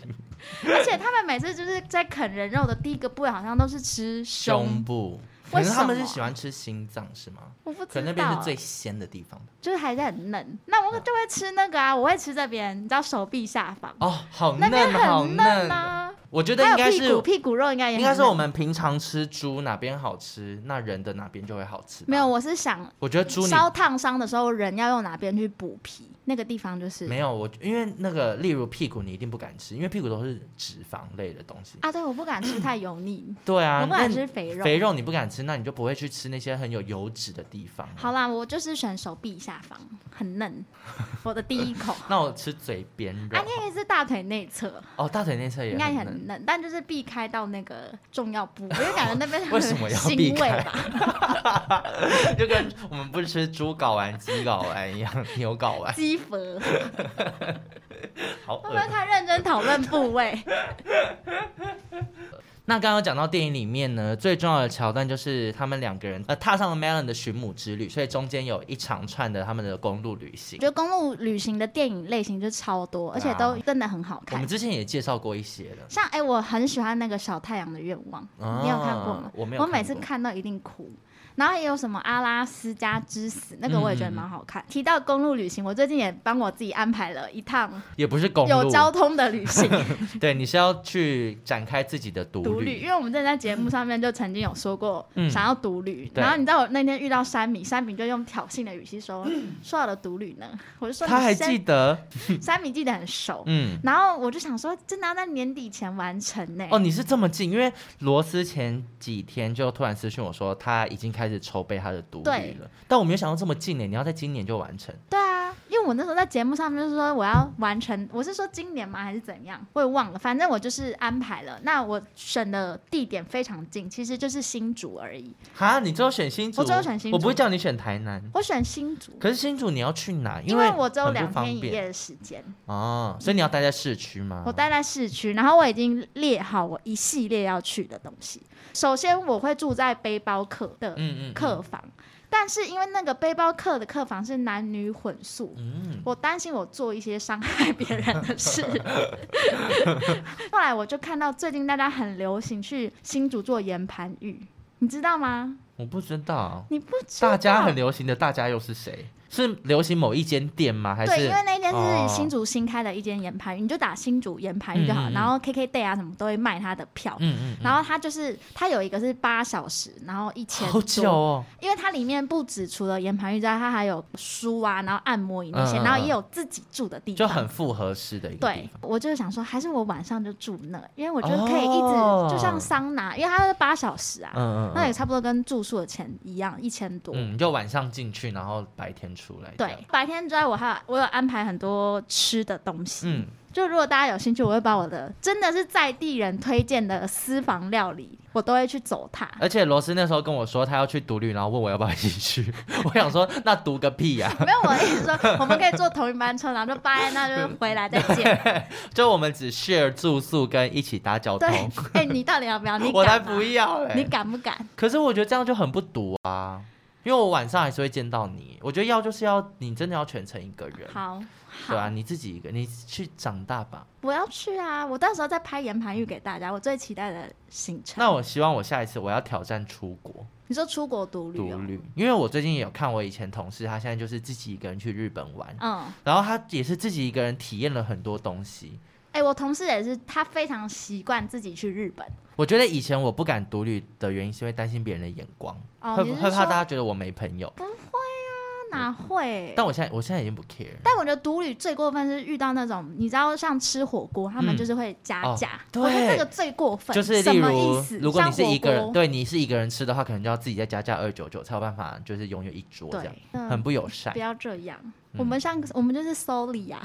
Speaker 2: 而且他们每次就是在啃人肉的第一个部位，好像都是吃
Speaker 1: 胸
Speaker 2: 胸，啊
Speaker 1: 部，可能
Speaker 2: 为什么
Speaker 1: 他们是喜欢吃心脏是吗？
Speaker 2: 我不知
Speaker 1: 可
Speaker 2: 道欸
Speaker 1: 能那边是最嗯鲜的地方
Speaker 2: 就是还是很嫩。那我就会吃那个啊，我会吃这边，你知道手臂下方，
Speaker 1: 哦，好
Speaker 2: 那
Speaker 1: 嫩
Speaker 2: 边
Speaker 1: 好
Speaker 2: 很嫩啊，
Speaker 1: 我觉得
Speaker 2: 还
Speaker 1: 应
Speaker 2: 有
Speaker 1: 该
Speaker 2: 屁
Speaker 1: 是
Speaker 2: 股屁股肉应该也
Speaker 1: 应
Speaker 2: 很
Speaker 1: 该是我
Speaker 2: 嫩
Speaker 1: 们平常吃猪哪边好吃，那人的哪边就会好吃。
Speaker 2: 没有，，我是想
Speaker 1: 我觉得猪你
Speaker 2: 烧烫伤的时候人要用哪边去补皮，那个地方就是
Speaker 1: 没有我，因为那个例如屁股你一定不敢吃，因为屁股都是脂肪类的东西。
Speaker 2: 啊，对，我不敢吃太油腻，
Speaker 1: 对啊，
Speaker 2: 我不敢
Speaker 1: 那
Speaker 2: 吃肥肉。
Speaker 1: 肥肉你不敢吃，那你就不会去吃那些很有油脂的地方。啊
Speaker 2: 好啦，我就是选手臂下方，很 嫩，我的第一口。
Speaker 1: 那我吃嘴边肉
Speaker 2: 啊，，那个是大腿内侧，
Speaker 1: 哦，大腿内侧也
Speaker 2: 应该也
Speaker 1: 很
Speaker 2: 很
Speaker 1: 嫩。
Speaker 2: 嫩，但就是避开到那个重要 部位，因为感觉那边
Speaker 1: 为什么要
Speaker 2: 很
Speaker 1: 避
Speaker 2: 腥
Speaker 1: 开
Speaker 2: 味吧？
Speaker 1: 就跟我们不吃猪睾丸、鸡睾丸一样， 牛睾丸
Speaker 2: 鸡佛，
Speaker 1: 好
Speaker 2: 会不
Speaker 1: 恶
Speaker 2: 会太认真讨论部位？
Speaker 1: 那刚刚讲到电影里面呢，最重要的桥段就是他们两个人呃踏上了 Melon 的寻母之旅，所以中间有一长串的他们的公路旅
Speaker 2: 我
Speaker 1: 行
Speaker 2: 觉。得公路旅行的电影类型就超多，而且都真的很好
Speaker 1: 我
Speaker 2: 看
Speaker 1: 们。之前也介绍过一些了，
Speaker 2: 像哎、我很喜欢那个小太阳的愿望，
Speaker 1: 啊
Speaker 2: 你有看过吗？
Speaker 1: 我没有
Speaker 2: 我
Speaker 1: 看
Speaker 2: 每次
Speaker 1: 过
Speaker 2: 看到一定哭。然后也有什么阿拉斯加之死，那个我也觉得
Speaker 1: 嗯嗯嗯
Speaker 2: 蛮好看。提到公路旅行，我最近也帮我自己安排了一趟
Speaker 1: 也不是公
Speaker 2: 有
Speaker 1: 路，
Speaker 2: 交通的旅行
Speaker 1: 对，你是要去展开自己的独
Speaker 2: 独旅，
Speaker 1: 旅
Speaker 2: 因。为我们之前在节目上面就曾经有说过
Speaker 1: 嗯
Speaker 2: 想要独旅，
Speaker 1: 对
Speaker 2: 然后你知道我那天遇到山米，山米就用挑衅的语气说说好的独旅呢，我就说
Speaker 1: 他
Speaker 2: 你
Speaker 1: 还
Speaker 2: 山
Speaker 1: 记得，
Speaker 2: 山米记得很熟，
Speaker 1: 嗯，
Speaker 2: 然后我就想说真的要在年底前完成呢、
Speaker 1: 哦，你是这么近，因为罗斯前几天就突然私讯我说他已经开始筹备他的独
Speaker 2: 对
Speaker 1: 旅了，但我没有想到这么近呢，你要在今年就完成。
Speaker 2: 对啊，因为我那时候在节目上面就是说我要完成，我是说今年吗还是怎样，我也忘了，反正我就是安排了。那我选的地点非常近，其实就是新竹而已。
Speaker 1: 哈，你最后选新竹，
Speaker 2: 我最后选新
Speaker 1: 我不会
Speaker 2: 竹
Speaker 1: 叫你选台南，
Speaker 2: 我选新竹，
Speaker 1: 可是新竹你要去哪？
Speaker 2: 因
Speaker 1: 为
Speaker 2: 为我只有
Speaker 1: 很不
Speaker 2: 两
Speaker 1: 方
Speaker 2: 天一
Speaker 1: 便
Speaker 2: 夜的时间，
Speaker 1: 哦，所以你要待在市区吗？
Speaker 2: 我待在市区，然后我已经列好我一系列要去的东西。首先我会住在背包客的
Speaker 1: 嗯嗯
Speaker 2: 客房，但是因为那个背包客的客房是男女混宿，
Speaker 1: 嗯，
Speaker 2: 我担心我做一些伤害别人的事。 后来我就看到最近大家很流行去新竹做岩盘浴，你知道吗？
Speaker 1: 我不知道，
Speaker 2: 你不知道？
Speaker 1: 大家很流行的，大家又是谁？是流行某一间店吗？还
Speaker 2: 对，
Speaker 1: 是
Speaker 2: 因为那间
Speaker 1: 哦
Speaker 2: 是新竹新开的一间岩盘浴，你就打新竹岩盘浴就好，
Speaker 1: 嗯嗯嗯
Speaker 2: 然后 KK day 啊什么都会卖它的票。
Speaker 1: 嗯嗯嗯，
Speaker 2: 然后它就是它有一个是八小时，然后一千
Speaker 1: 好久哦，
Speaker 2: 因为它里面不止除了岩盘浴之外，它还有书啊，然后按摩椅那
Speaker 1: 嗯
Speaker 2: 些，
Speaker 1: 嗯嗯
Speaker 2: 然后也有自己住的地方，
Speaker 1: 就很复合式的一个地
Speaker 2: 对
Speaker 1: 方。，
Speaker 2: 我就想说，还是我晚上就住那，因为我觉得可以一直、
Speaker 1: 哦
Speaker 2: 就像桑拿，因为它是八小时啊，
Speaker 1: 嗯嗯
Speaker 2: 那也差不多跟住宿的钱一样，一千多。
Speaker 1: 嗯，嗯，就晚上进去，然后白天出来。
Speaker 2: 对，，白天之外我还有我有安排很多吃的东西，
Speaker 1: 嗯，
Speaker 2: 就如果大家有兴趣，我会把我的真的是在地人推荐的私房料理，我都会去走它。
Speaker 1: 而且罗斯那时候跟我说他要去独旅，然后问我要不要一起去， 我想说那独个屁啊呀、
Speaker 2: 没有，我的意思说，我们可以坐同一班车，然后就掰，那就回来再 见。
Speaker 1: 就我们只 share 住宿跟一起搭交
Speaker 2: 对
Speaker 1: 通，，
Speaker 2: 哎、你到底要不要？你
Speaker 1: 我才
Speaker 2: 敢吗
Speaker 1: 不要嘞、
Speaker 2: 你敢不敢？
Speaker 1: 可是我觉得这样就很不独啊，因为我晚上还是会见到你。我觉得要就是要你真的要全程一个人，
Speaker 2: 好，
Speaker 1: 对
Speaker 2: 好
Speaker 1: 啊，，你自己一个，你去长大吧。
Speaker 2: 我要去啊！我到时候再拍岩盘浴给大家，我最期待的行程。
Speaker 1: 那我希望我下一次我要挑战出国
Speaker 2: 你说出国独旅、
Speaker 1: 独
Speaker 2: 哦？
Speaker 1: 旅，因为我最近也有看我以前同事，他现在就是自己一个人去日本玩，
Speaker 2: 嗯，
Speaker 1: 然后他也是自己一个人体验了很多东西。
Speaker 2: 哎、我同事也是，他非常习惯自己去日本。
Speaker 1: 我觉得以前我不敢独旅的原因是因为担心别人的眼光，
Speaker 2: 哦
Speaker 1: 会
Speaker 2: 你是
Speaker 1: 会怕
Speaker 2: 说
Speaker 1: 大家觉得我没朋友。
Speaker 2: 不会啊，哪会？
Speaker 1: 嗯但我现在我现在已经不 care
Speaker 2: 但我觉得独旅最过分是遇到那种，你知道，像吃火锅，他们
Speaker 1: 嗯
Speaker 2: 就是会加
Speaker 1: 哦
Speaker 2: 价、
Speaker 1: 对
Speaker 2: 我觉得这个最过分。
Speaker 1: 就是
Speaker 2: 什
Speaker 1: 例
Speaker 2: 么意
Speaker 1: 如
Speaker 2: 思？，
Speaker 1: 如果你是一个
Speaker 2: 像
Speaker 1: 人，
Speaker 2: 火锅
Speaker 1: 对你是一个人吃的话，可能就要自己再加价二九九，才有办法就是拥有一桌这样，
Speaker 2: 嗯
Speaker 1: 很不友善
Speaker 2: 不。要这样。
Speaker 1: 嗯
Speaker 2: 我们像我们就是 solely 啊，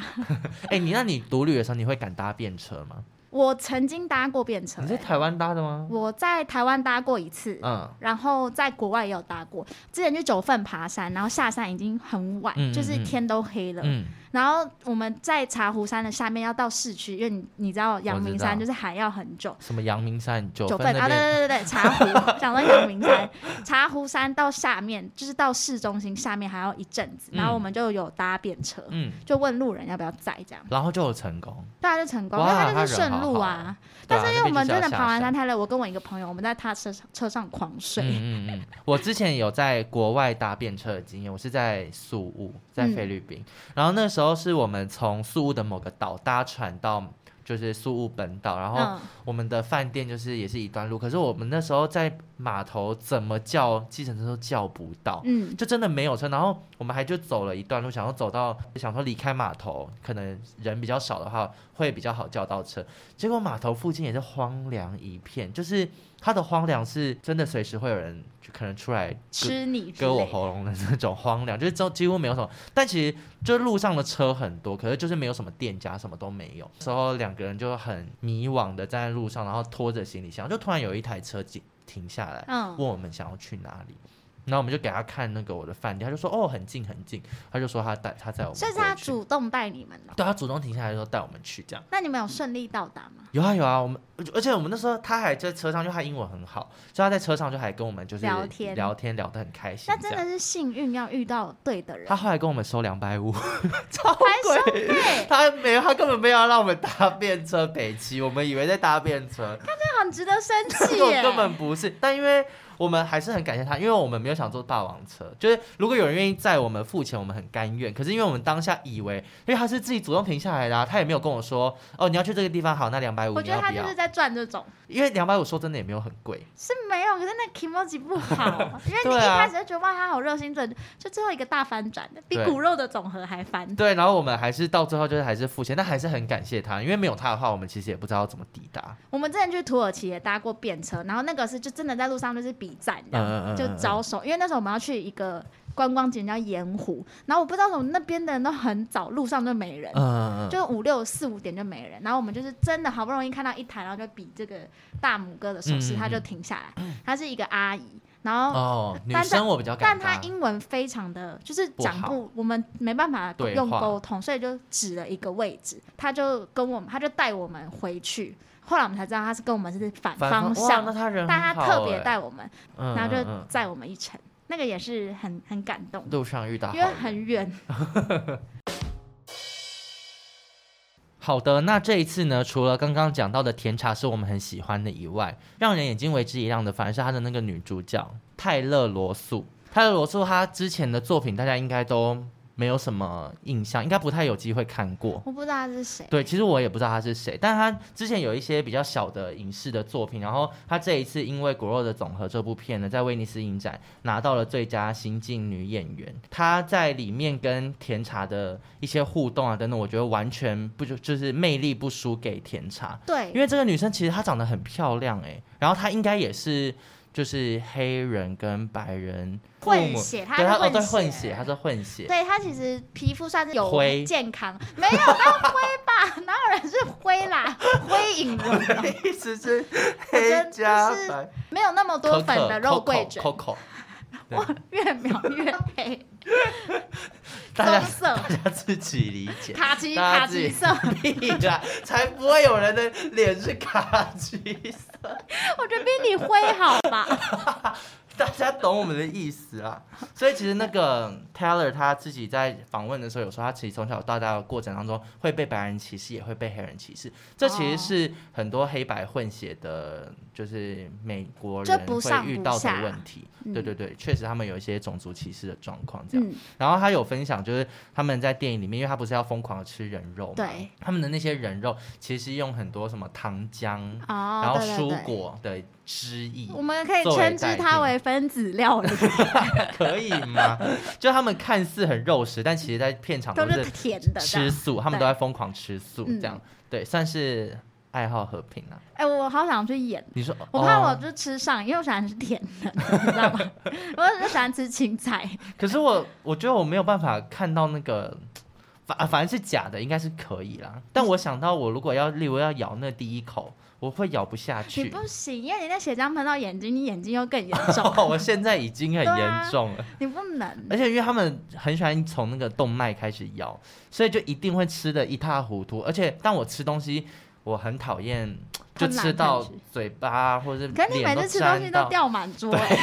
Speaker 1: 哎，你那你独旅的时候，你会敢搭便车吗？
Speaker 2: 我曾经搭过便车、
Speaker 1: 你在
Speaker 2: 哎
Speaker 1: 台湾搭的吗？
Speaker 2: 我在台湾搭过一次，
Speaker 1: 嗯，
Speaker 2: 然后在国外也有搭过，之前去九份爬山，然后下山已经很晚，
Speaker 1: 嗯嗯
Speaker 2: 就是天都黑了。
Speaker 1: 嗯，
Speaker 2: 然后我们在茶壶山的下面要到市区，因为你你知道阳明
Speaker 1: 我
Speaker 2: 山
Speaker 1: 知道
Speaker 2: 就是还要很久。
Speaker 1: 什么阳明山、九
Speaker 2: 九
Speaker 1: 份
Speaker 2: 份
Speaker 1: 那
Speaker 2: 啊，对
Speaker 1: 边，
Speaker 2: 对对对，茶壶，讲到阳明山，茶壶山到下面就是到市中心下面还要一阵子，
Speaker 1: 嗯
Speaker 2: 然后我们就有搭便车，
Speaker 1: 嗯，
Speaker 2: 就问路人要不要载这样，
Speaker 1: 然后就有成功。
Speaker 2: 大家就成功，因
Speaker 1: 哇
Speaker 2: 为他就是
Speaker 1: 他人
Speaker 2: 顺
Speaker 1: 好
Speaker 2: 路
Speaker 1: 好
Speaker 2: 啊。
Speaker 1: 对
Speaker 2: 但
Speaker 1: 啊
Speaker 2: 是因
Speaker 1: 那
Speaker 2: 为
Speaker 1: 边
Speaker 2: 我们
Speaker 1: 就是
Speaker 2: 真的
Speaker 1: 要
Speaker 2: 爬完
Speaker 1: 下
Speaker 2: 山太累，我跟我一个朋友，我们在他车上车上狂睡，
Speaker 1: 嗯嗯嗯，我之前有在国外搭便车的经验，我是在宿务，在菲律
Speaker 2: 嗯
Speaker 1: 宾。然后那时候是我们从宿务的某个岛搭船到就是宿务本岛，然后
Speaker 2: 嗯
Speaker 1: 我们的饭店就是也是一段路，可是我们那时候在码头怎么叫计程车都叫不到。
Speaker 2: 嗯，
Speaker 1: 就真的没有车，然后我们还就走了一段路，想要走到想说离开码头，可能人比较少的话会比较好叫到车。结果码头附近也是荒凉一片，就是它的荒凉是真的随时会有人就可能出来割
Speaker 2: 吃你之
Speaker 1: 割我
Speaker 2: 类的
Speaker 1: 喉咙的那种荒凉，就是都几乎没有什么。但其实就路上的车很多，可是就是没有什么店家，什么都没有。那时候两个人就很迷惘的站在路上，然后拖着行李箱，就突然有一台车停停下来，
Speaker 2: 嗯
Speaker 1: 问我们想要去哪里。然后我们就给他看那个我的饭店，他就说哦很近很近，他就说他带他载我们过
Speaker 2: 所
Speaker 1: 去，
Speaker 2: 以是他主动带你们的。
Speaker 1: 对他主动停下来说带我们去这样。
Speaker 2: 那你们有顺利到达吗？
Speaker 1: 有啊有啊，我们而且我们那时候他还在车上，因为他英文很好，所以他在车上就还跟我们就是
Speaker 2: 聊天
Speaker 1: 聊天聊得很开心
Speaker 2: 那。
Speaker 1: 这
Speaker 2: 真的
Speaker 1: 样，
Speaker 2: 是幸运要遇到对的人
Speaker 1: 他，后来跟我们收两百五，
Speaker 2: 还收费，
Speaker 1: 他没有，他根本没有要让我们搭便车北骑，我们以为在搭便车，
Speaker 2: 那很值得生气
Speaker 1: 结果
Speaker 2: 耶。
Speaker 1: 根本不是。但因为我们还是很感谢他，因为我们没有想坐霸王车，就是如果有人愿意载我们付钱，我们很甘愿。可是因为我们当下以为，因为他是自己主动停下来的、啊，他也没有跟我说哦你要去这个地方好，那两百五
Speaker 2: 我
Speaker 1: 你
Speaker 2: 觉得
Speaker 1: 要
Speaker 2: 他
Speaker 1: 不
Speaker 2: 就
Speaker 1: 要
Speaker 2: 是？在赚这种，
Speaker 1: 因为两百五说真的也没有很贵。
Speaker 2: 是没有，可是那 k i m o j i 不 好，因为你一
Speaker 1: 对啊
Speaker 2: 开始就觉得哇他好热心，这就最后一个大翻转的，比
Speaker 1: 对
Speaker 2: 骨肉的总和还翻。
Speaker 1: 对，然后我们还是到最后就是还是付钱，但还是很感谢他，因为没有他的话，我们其实也不知道怎么抵达。
Speaker 2: 我们之前去土耳其也搭过便车，然后那个是就真的在路上就是比赞这
Speaker 1: 嗯
Speaker 2: 样，
Speaker 1: 嗯嗯嗯
Speaker 2: 就招手，因为那时候我们要去一个观光景点叫盐湖，然后我不知道为什么那边的人都很早，路上就没人。
Speaker 1: 嗯，
Speaker 2: 就五六四五点就没人，然后我们就是真的好不容易看到一台，然后就比这个大拇哥的手
Speaker 1: 嗯
Speaker 2: 势，
Speaker 1: 嗯嗯
Speaker 2: 他就停下来。他是一个阿姨，然后
Speaker 1: 哦，女
Speaker 2: 但是
Speaker 1: 生我比较敢
Speaker 2: 但他
Speaker 1: 搭。
Speaker 2: 英文非常的，就是
Speaker 1: 不
Speaker 2: 讲
Speaker 1: 好
Speaker 2: 不，我们没办法
Speaker 1: 对
Speaker 2: 用
Speaker 1: 话
Speaker 2: 沟通，所以就指了一个位置，他就跟我们，他就带我们回去。后来我们才知道他是跟我们是反
Speaker 1: 反
Speaker 2: 方
Speaker 1: 哇那
Speaker 2: 向，
Speaker 1: 他人
Speaker 2: 但他
Speaker 1: 很好
Speaker 2: 特别
Speaker 1: 欸，
Speaker 2: 带我们，
Speaker 1: 嗯
Speaker 2: 然后
Speaker 1: 嗯嗯
Speaker 2: 就载我们一程，那个也是很很感动，
Speaker 1: 路上遇到好
Speaker 2: 因为
Speaker 1: 人，
Speaker 2: 很远。
Speaker 1: 好的，那这一次呢，除了刚刚讲到的甜茶是我们很喜欢的以外，让人眼睛为之一亮的，反而是他的那个女主角泰勒·罗素。泰勒·罗素她之前的作品，大家应该都没有什么印象，应该不太有机会看过。
Speaker 2: 我不知道他是谁，
Speaker 1: 对，其实我也不知道他是谁，但他之前有一些比较小的影视的作品，然后他这一次因为《骨肉的总和》这部片呢，在威尼斯影展拿到了最佳新晋女演员。她在里面跟甜茶的一些互动啊等等，我觉得完全不就就是魅力不输给甜茶，因
Speaker 2: 对，
Speaker 1: 为这个女生其实她长得很漂亮诶、然后她应该也是就是黑人跟白人父
Speaker 2: 混
Speaker 1: 母
Speaker 2: 血，
Speaker 1: 对她
Speaker 2: 他
Speaker 1: 哦对
Speaker 2: 是
Speaker 1: 混
Speaker 2: 混
Speaker 1: 血，她。是混血，
Speaker 2: 对他其实皮肤算是有
Speaker 1: 灰
Speaker 2: 健康，没有到灰吧？哪有人是灰啦？灰 影人哦
Speaker 1: 一直是
Speaker 2: 我觉得
Speaker 1: 黑
Speaker 2: 就
Speaker 1: 加
Speaker 2: 是
Speaker 1: 白。
Speaker 2: 没有那么多粉的肉桂卷，
Speaker 1: Coco，
Speaker 2: 哇，越描越 黑，
Speaker 1: 大家
Speaker 2: 棕色
Speaker 1: 大家自己理解。
Speaker 2: 卡其
Speaker 1: 大
Speaker 2: 卡
Speaker 1: 家自己
Speaker 2: 其色。
Speaker 1: 屁啦，才不会有人的脸是卡其色。
Speaker 2: 我觉得比你灰好 吧？
Speaker 1: 大家懂我们的意思啊。所以其实那个 Taylor 他自己在访问的时候有说，他其实从小到大的过程当中会被白人歧视，也会被黑人歧视。这其实是很多黑白混血的，就是美国
Speaker 2: 这
Speaker 1: 人
Speaker 2: 不上
Speaker 1: 会
Speaker 2: 不
Speaker 1: 遇到的
Speaker 2: 下
Speaker 1: 问题。
Speaker 2: 嗯
Speaker 1: 对对对，确实他们有一些种族歧视的状况这样。
Speaker 2: 嗯，
Speaker 1: 然后他有分享，就是他们在电影里面，因为他不是要疯狂的吃人肉嘛，
Speaker 2: 对，
Speaker 1: 他们的那些人肉其实用很多什么糖浆，
Speaker 2: 哦，
Speaker 1: 然后
Speaker 2: 对对
Speaker 1: 蔬
Speaker 2: 对，
Speaker 1: 果的汁液，
Speaker 2: 我们可以称之它为分子 料理，
Speaker 1: 可以吗？ 就他们看似很肉食，但其实在片场
Speaker 2: 都
Speaker 1: 都
Speaker 2: 是
Speaker 1: 是
Speaker 2: 甜的这
Speaker 1: 吃
Speaker 2: 样。
Speaker 1: 素，他们都在疯狂吃素，
Speaker 2: 嗯
Speaker 1: 这样对，算是爱好和平啊。
Speaker 2: 哎，我好想去演。
Speaker 1: 你说，
Speaker 2: 我怕我
Speaker 1: 哦
Speaker 2: 就吃上，因为我喜欢吃甜的，你知道吗？ 我就喜欢吃青菜，
Speaker 1: 可是我我觉得我没有办法看到那个。反啊反正是假的，应该是可以啦。但我想到，我如果要例如要咬那第一口，我会咬不下去。
Speaker 2: 你不行，因为你那血浆喷到眼睛，你眼睛又更严 重，
Speaker 1: 哦，我现在已经很
Speaker 2: 啊
Speaker 1: 严重了，
Speaker 2: 你不能。
Speaker 1: 而且因为他们很喜欢从那个动脉开始咬，所以就一定会吃的一塌糊涂。而且当我吃东西，我很讨厌就
Speaker 2: 吞来
Speaker 1: 吃到
Speaker 2: 吞去
Speaker 1: 嘴巴或者是
Speaker 2: 可是你
Speaker 1: 脸
Speaker 2: 每
Speaker 1: 都
Speaker 2: 次吃东西
Speaker 1: 沾
Speaker 2: 都
Speaker 1: 到。
Speaker 2: 掉满 桌、欸，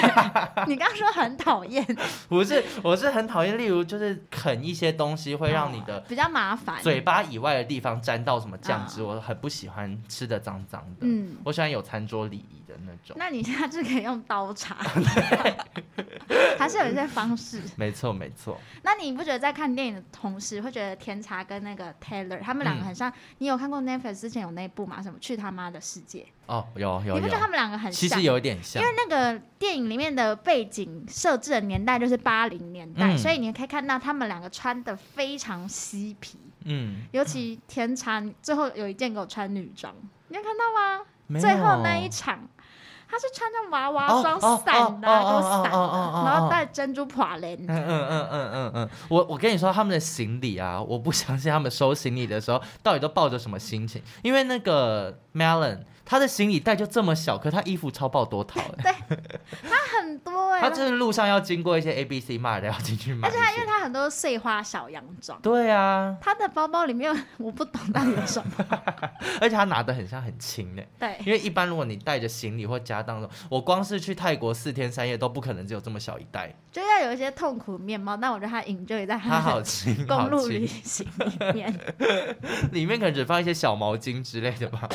Speaker 2: 你刚刚说很讨厌，
Speaker 1: 不是，我是很讨厌，例如就是啃一些东西会让你的
Speaker 2: 哦比较麻烦。
Speaker 1: 嘴巴以外的地方沾到什么酱汁，
Speaker 2: 啊
Speaker 1: 我很不喜欢吃的脏脏的。
Speaker 2: 嗯
Speaker 1: 我喜欢有餐桌礼仪的那种。
Speaker 2: 那你下次可以用刀叉，还是有一些方式。
Speaker 1: 没错，没错。
Speaker 2: 那你不觉得在看电影的同时，会觉得天茶跟那个 Taylor 他们两
Speaker 1: 嗯
Speaker 2: 个很像？你有看过 Netflix 之前有那一部吗？什么去他妈的世界？
Speaker 1: 哦，有有
Speaker 2: 你不觉得他
Speaker 1: 有，
Speaker 2: 们两个很像？
Speaker 1: 其实有一点像
Speaker 2: 因为。那个电影里面的背景设置的年代就是八零年代，
Speaker 1: 嗯
Speaker 2: 所以你可以看到他们两个穿的非常嬉皮，
Speaker 1: 嗯，
Speaker 2: 尤其天茶最后有一件给我穿女装，你有看到吗？
Speaker 1: 没
Speaker 2: 最后
Speaker 1: 有
Speaker 2: 那一场，他是穿着娃娃
Speaker 1: 哦
Speaker 2: 装
Speaker 1: 哦
Speaker 2: 伞的啊，
Speaker 1: 哦
Speaker 2: 都
Speaker 1: 哦哦
Speaker 2: 伞
Speaker 1: 哦哦
Speaker 2: 的，
Speaker 1: 哦
Speaker 2: 然后
Speaker 1: 哦
Speaker 2: 戴珍珠帕链
Speaker 1: 嗯。嗯嗯嗯嗯嗯，我我跟你说，他们的行李啊，我不相信他们收行李的时候到底都抱着什么心情，因为那个 Melon，他的行李袋就这么小，可他衣服超爆多套哎、
Speaker 2: 很多哎、
Speaker 1: 他就是路上要经过一些 A B C 骂的，要进去买一
Speaker 2: 而且他因为
Speaker 1: 些。
Speaker 2: 他很多碎花小洋装，
Speaker 1: 对啊，
Speaker 2: 他的包包里面有我不懂到底有 什么。
Speaker 1: 而且他拿的很像很轻 哎、
Speaker 2: 对，
Speaker 1: 因为一般如果你带着行李或家当的，我光是去泰国四天三夜都不可能只有这么小一 袋，
Speaker 2: 就要有一些痛苦面貌，但我觉得他 enjoy 在
Speaker 1: 它
Speaker 2: 他
Speaker 1: 好
Speaker 2: 的
Speaker 1: 轻，
Speaker 2: 公
Speaker 1: 好
Speaker 2: 路旅
Speaker 1: 轻，
Speaker 2: 行里面。
Speaker 1: 里面可能只放一些小毛巾之类的 吧。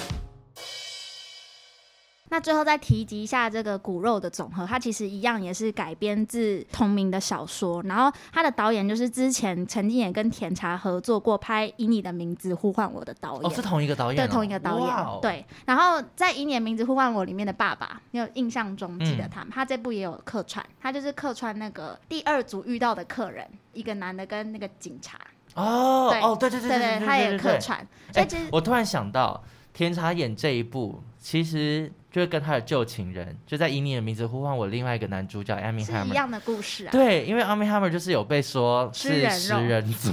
Speaker 2: 那最后再提及一下这个骨肉的总和，它其实一样也是改编自同名的小说，然后它的导演就是之前曾经也跟甜茶合作过拍《以你的名字呼唤我》的导
Speaker 1: 哦，
Speaker 2: 演。
Speaker 1: 是同一个导演、哦，
Speaker 2: 对，同一个导演
Speaker 1: 哇哦，
Speaker 2: 对。然后在《以你的名字呼唤我》里面的爸爸，你有印象中记得
Speaker 1: 嗯
Speaker 2: 他吗？他这部也有客串，他就是客串那个第二组遇到的客人，一个男的跟那个警察，
Speaker 1: 哦
Speaker 2: 对
Speaker 1: 哦，对对
Speaker 2: 对
Speaker 1: 对
Speaker 2: 对，
Speaker 1: 对，
Speaker 2: 他也
Speaker 1: 对
Speaker 2: 客
Speaker 1: 对
Speaker 2: 串。所
Speaker 1: 哎、
Speaker 2: 以其实
Speaker 1: 我突然想到，甜茶演这一部，其实就是跟他的旧情人，就在以你的名字呼唤我另外一个男主角 Amy
Speaker 2: 是一
Speaker 1: Hammer。
Speaker 2: 样的故事啊。
Speaker 1: 对，因为 Amy Hammer 就是有被说
Speaker 2: 吃
Speaker 1: 是
Speaker 2: 人
Speaker 1: 食
Speaker 2: 肉
Speaker 1: 人族，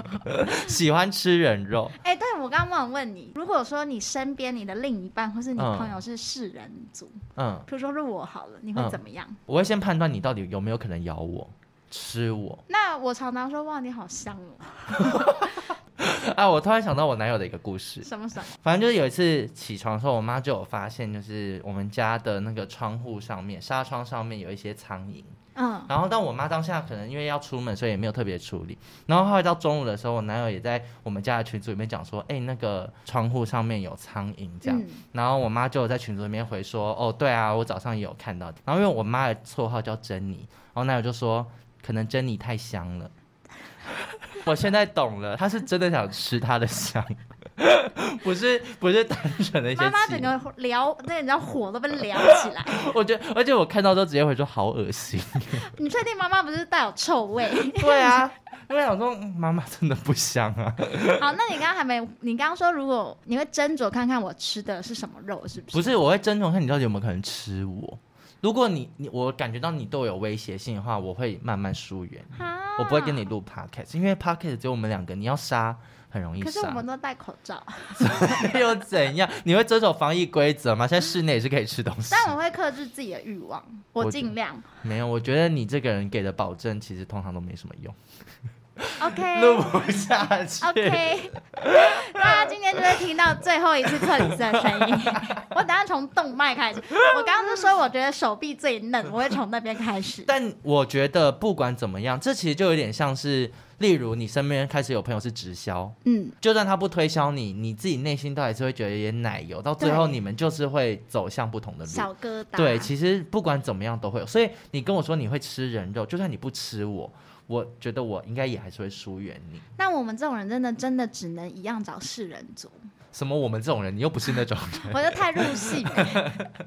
Speaker 1: 喜欢吃人肉。
Speaker 2: 哎、对我刚刚忘了问你，如果说你身边你的另一半或是你
Speaker 1: 嗯
Speaker 2: 朋友是世人族，
Speaker 1: 嗯，
Speaker 2: 比如说是我好了，你会
Speaker 1: 嗯
Speaker 2: 怎么样？
Speaker 1: 我会先判断你到底有没有可能咬我、吃我。
Speaker 2: 那我常常说哇，你好香哦，
Speaker 1: 啊，我突然想到我男友的一个故事，
Speaker 2: 什 么什么，
Speaker 1: 反正就是有一次起床的时候，我妈就有发现，就是我们家的那个窗户上面、纱窗上面有一些苍蝇。
Speaker 2: 嗯，
Speaker 1: 然后，但我妈当下可能因为要出门，所以也没有特别处理。然后后来到中午的时候，我男友也在我们家的群组里面讲说，哎、那个窗户上面有苍蝇这样。
Speaker 2: 嗯，
Speaker 1: 然后我妈就有在群组里面回说，哦，对啊，我早上也有看到。然后因为我妈的绰号叫珍妮，然后男友就说，可能珍妮太香了。我现在懂了，他是真的想吃她的香，不是不是单纯的一些
Speaker 2: 妈妈
Speaker 1: 气
Speaker 2: 整个聊，那你知道火都被聊 起来。
Speaker 1: 我觉得，而且我看到之后直接回说好恶心。
Speaker 2: 你确定妈妈不是带有臭味？
Speaker 1: 对啊，因为想说嗯妈妈真的不香啊，
Speaker 2: 好，那你刚刚还没，你刚刚说如果你会斟酌看看我吃的是什么肉，是不是？
Speaker 1: 不是，我会斟酌看你到底有没有可能吃我。如果你你我感觉到你对我有威胁性的话，我会慢慢疏远，
Speaker 2: 啊
Speaker 1: 我不会跟你。录 podcast，因为 podcast 只有我们两个，你要杀很容易
Speaker 2: 可是我
Speaker 1: 杀
Speaker 2: 们，都戴口罩，
Speaker 1: 又怎样？你会遵守防疫规则吗？现在室内也是可以吃东西。
Speaker 2: 但我会克制自己的欲望，我
Speaker 1: 我
Speaker 2: 尽量。
Speaker 1: 没有，我觉得你这个人给的保证其实通常都没什么用，
Speaker 2: OK，
Speaker 1: 录不下去。
Speaker 2: 嗯 OK，大家今天就会听到最后一次克里斯的 声音。我等下从动脉开始，我刚刚就说我觉得手臂最嫩，我会从那边开始。
Speaker 1: 但我觉得不管怎么样，这其实就有点像是，例如你身边开始有朋友是直销，
Speaker 2: 嗯，
Speaker 1: 就算他不推销你，你自己内心都还是会觉得有点奶油，到最后你们就是会走向不同的路。
Speaker 2: 小疙瘩。
Speaker 1: 对，其实不管怎么样都会有，所以你跟我说你会吃人肉，就算你不吃我，我觉得我应该也还是会疏远你。
Speaker 2: 那我们这种人真的真的只能一样找世人族，
Speaker 1: 什么我们这种人，你又不是那种人。
Speaker 2: 我就太入戏了。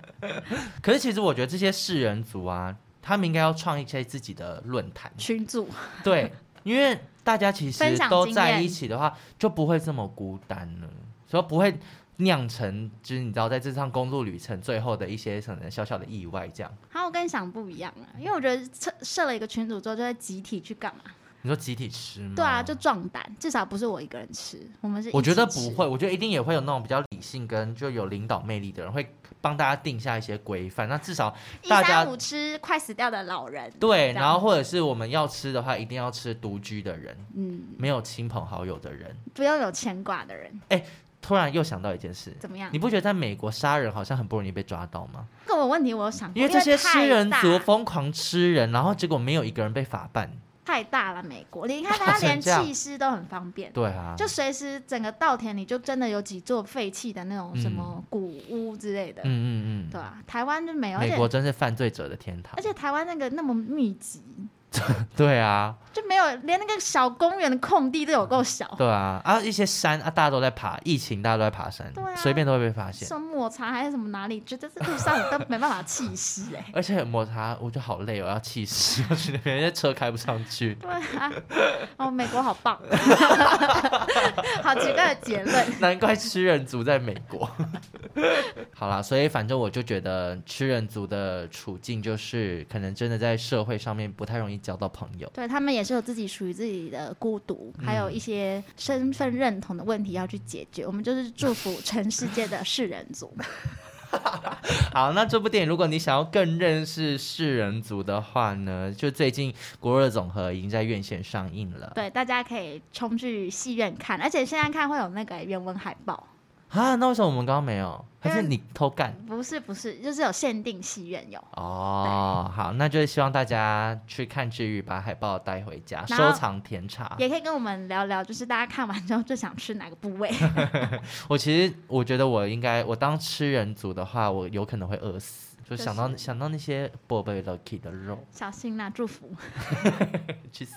Speaker 1: 可是其实我觉得这些世人族啊，他们应该要创一些自己的论坛，
Speaker 2: 群主
Speaker 1: 对，因为大家其
Speaker 2: 分
Speaker 1: 实
Speaker 2: 享
Speaker 1: 都
Speaker 2: 经
Speaker 1: 在
Speaker 2: 验
Speaker 1: 一起的话，就不会这么孤单了，所以不会酿成就是你知道在这趟公路旅程最后的一些可能小小的意外这样。
Speaker 2: 好，我跟你想不一样啊，因为我觉得设设了一个群组之后，就会集体去干嘛？
Speaker 1: 你说集体吃吗？
Speaker 2: 对啊，就壮胆，至少不是我一个人吃，我们是。
Speaker 1: 嗯我觉得不会，，我觉得一定也会有那种比较理性跟就有领导魅力的人会帮大家定下一些规范，那至少
Speaker 2: 一
Speaker 1: 大家
Speaker 2: 三五吃快死掉的老人。
Speaker 1: 对，
Speaker 2: 这样
Speaker 1: 然后或者是我们要吃的话，一定要吃独居的人，
Speaker 2: 嗯，
Speaker 1: 没有亲朋好友的人。
Speaker 2: 不用有牵挂的人，
Speaker 1: 突然又想到一件事，
Speaker 2: 怎么样？
Speaker 1: 你不觉得在美国杀人好像很不容易被抓到吗？
Speaker 2: 这个我问题我有想过，
Speaker 1: 因为这些
Speaker 2: 太
Speaker 1: 吃人
Speaker 2: 大
Speaker 1: 族疯狂吃人，然后结果没有一个人被法办。
Speaker 2: 太大了，美国你 看
Speaker 1: 搞
Speaker 2: 它
Speaker 1: 成
Speaker 2: 连
Speaker 1: 这样
Speaker 2: 弃尸都很方便，
Speaker 1: 对 啊，
Speaker 2: 就随时整个稻田里就真的有几座废弃的那种什么古屋之类的，
Speaker 1: 嗯嗯嗯
Speaker 2: 对啊，台湾就没有，
Speaker 1: 嗯，
Speaker 2: 而
Speaker 1: 美
Speaker 2: 且
Speaker 1: 国真是犯罪者的天堂
Speaker 2: 而。且台湾那个那么密集，
Speaker 1: 对啊，
Speaker 2: 就没有连那个小公园的空地都有够小，
Speaker 1: 对啊，啊一些山啊，大家都在爬，疫情大家都在爬山
Speaker 2: 对啊，
Speaker 1: 随便都会被发现。
Speaker 2: 什么抹茶还是什么哪里，觉得这路上都没办法弃尸哎。
Speaker 1: 而且抹茶，我就好累哦，我要气死，要去那边，因为车开不上 去。
Speaker 2: 对啊，哦，美国好棒， 好奇怪的结论。
Speaker 1: 难怪吃人族在美国。 好啦，所以反正我就觉得吃人族的处境就是，可能真的在社会上面不太容易交到朋友。
Speaker 2: 对他们也是有自己属于自己的孤独，还
Speaker 1: 嗯
Speaker 2: 有一些身份认同的问题要去解决。我们就是祝福全世界的世人族。
Speaker 1: 好，那这部电影如果你想要更认识世人族的话呢，就最近《国热总和》已经在院线上映了
Speaker 2: 对，大家可以冲去戏院看，而且现在看会有那个欸原文海报，
Speaker 1: 啊。那为什么我们刚刚没有？还是
Speaker 2: 因为
Speaker 1: 你偷干？
Speaker 2: 不是不是，就是有限定戏院
Speaker 1: 啊
Speaker 2: 有。
Speaker 1: 哦，好，那就是希望大家去看治愈，把海报带回家，
Speaker 2: 然后
Speaker 1: 收藏甜茶。
Speaker 2: 也可以跟我们聊聊，就是大家看完之后最想吃哪个部 位？
Speaker 1: 我其实我觉得我应该，我当吃人族的话，我有可能会饿死。就
Speaker 2: 就
Speaker 1: 想到、
Speaker 2: 是
Speaker 1: 想到那些 b o b b l u c k y 的肉，
Speaker 2: 小心啦、祝福。
Speaker 1: 去死！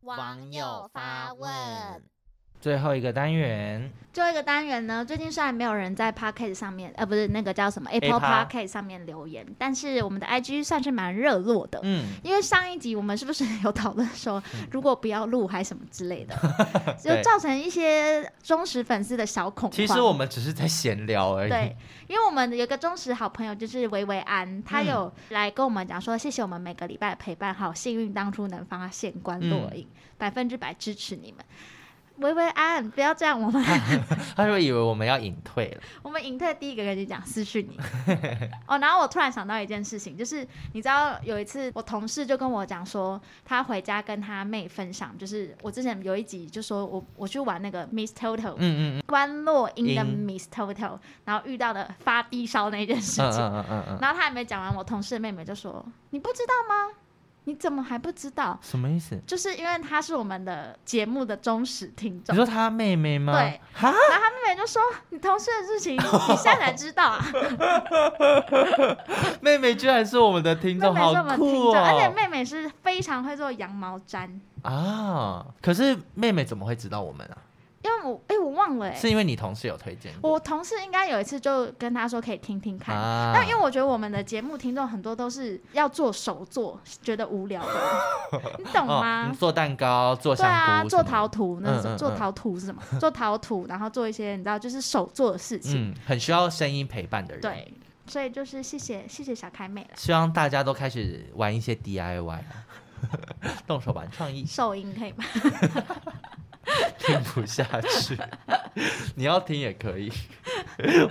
Speaker 3: 网友发问。
Speaker 1: 最后一个单元，
Speaker 2: 最后一个单元呢，最近虽然没有人在 p o c k e t 上面，呃，不是那个叫什么 Apple p o
Speaker 1: Apple
Speaker 2: c k e t 上面留言，但是我们的 IG 算是蛮热络的。
Speaker 1: 嗯，
Speaker 2: 因为上一集我们是不是有讨论说，如果不要录还什么之 类的，就
Speaker 1: 对
Speaker 2: 造成一些忠实粉丝的小恐慌。
Speaker 1: 其实我们只是在闲聊而已。
Speaker 2: 对，因为我们有一个忠实好朋友就是维维安，他
Speaker 1: 嗯
Speaker 2: 有来跟我们讲说，谢谢我们每个礼拜的陪伴，好幸运当初能发现关落
Speaker 1: 嗯
Speaker 2: 影，百分之百支持你们。维维安，不要这样，我们
Speaker 1: 他就以为我们要隐退了。
Speaker 2: 我们隐退第一个跟你讲，私讯你。 哦，然后我突然想到一件事情，就是你知道有一次我同事就跟我讲说，他回家跟他妹分享，就是我之前有一集就说我我去玩那个 Miss Total，、
Speaker 1: 嗯嗯嗯嗯
Speaker 2: 关洛英的
Speaker 1: 英
Speaker 2: Miss Total，然后遇到的发低烧那件事
Speaker 1: 嗯
Speaker 2: 情，
Speaker 1: 嗯嗯嗯嗯，
Speaker 2: 然后他还没讲完，我同事的妹妹就说：“你不知道吗？你怎么还不知道？”
Speaker 1: 什么意思？
Speaker 2: 就是因为她是我们的节目的忠实听众
Speaker 1: 你，说他妹妹吗？
Speaker 2: 对，
Speaker 1: 哈，
Speaker 2: 然后他妹妹就说：“你同事的事情，你现在才知道啊！”
Speaker 1: 妹妹居然是我们的听
Speaker 2: 妹
Speaker 1: 众，
Speaker 2: 妹
Speaker 1: 好
Speaker 2: 是我们听
Speaker 1: 酷
Speaker 2: 众，而且
Speaker 1: 哦！
Speaker 2: 妹妹是非常会做羊毛毡，
Speaker 1: 啊，可是妹妹怎么会知道我们啊？
Speaker 2: 因为我哎、我忘了哎、
Speaker 1: 是因为你同事有推荐过
Speaker 2: 我同事应该有一次就跟她说可以听听看，
Speaker 1: 啊？
Speaker 2: 但因为我觉得我们的节目听众很多都是要做手作，觉得无聊的， 你懂
Speaker 1: 哦
Speaker 2: 吗
Speaker 1: 你？做蛋糕，做
Speaker 2: 对
Speaker 1: 香菇什么
Speaker 2: 啊，
Speaker 1: 的，
Speaker 2: 做陶土那
Speaker 1: 嗯
Speaker 2: 种，
Speaker 1: 嗯
Speaker 2: 做
Speaker 1: 嗯
Speaker 2: 陶土是什么？ 做陶土，然后做一些你知道就是手做的事情。
Speaker 1: 嗯，很需要声音陪伴的人。，
Speaker 2: 对，所以就是谢谢谢谢小开妹了，
Speaker 1: 希望大家都开始玩一些 DIY，啊 动手玩创意，
Speaker 2: 收音可以吗？
Speaker 1: 听不下去。你要听也可以。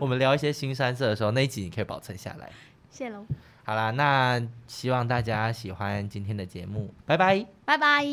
Speaker 1: 我们聊一些新山色的时候，那一集你可以保存下来。
Speaker 2: 谢喽，
Speaker 1: 好啦，那希望大家喜欢今天的节目，拜拜。
Speaker 2: 拜拜。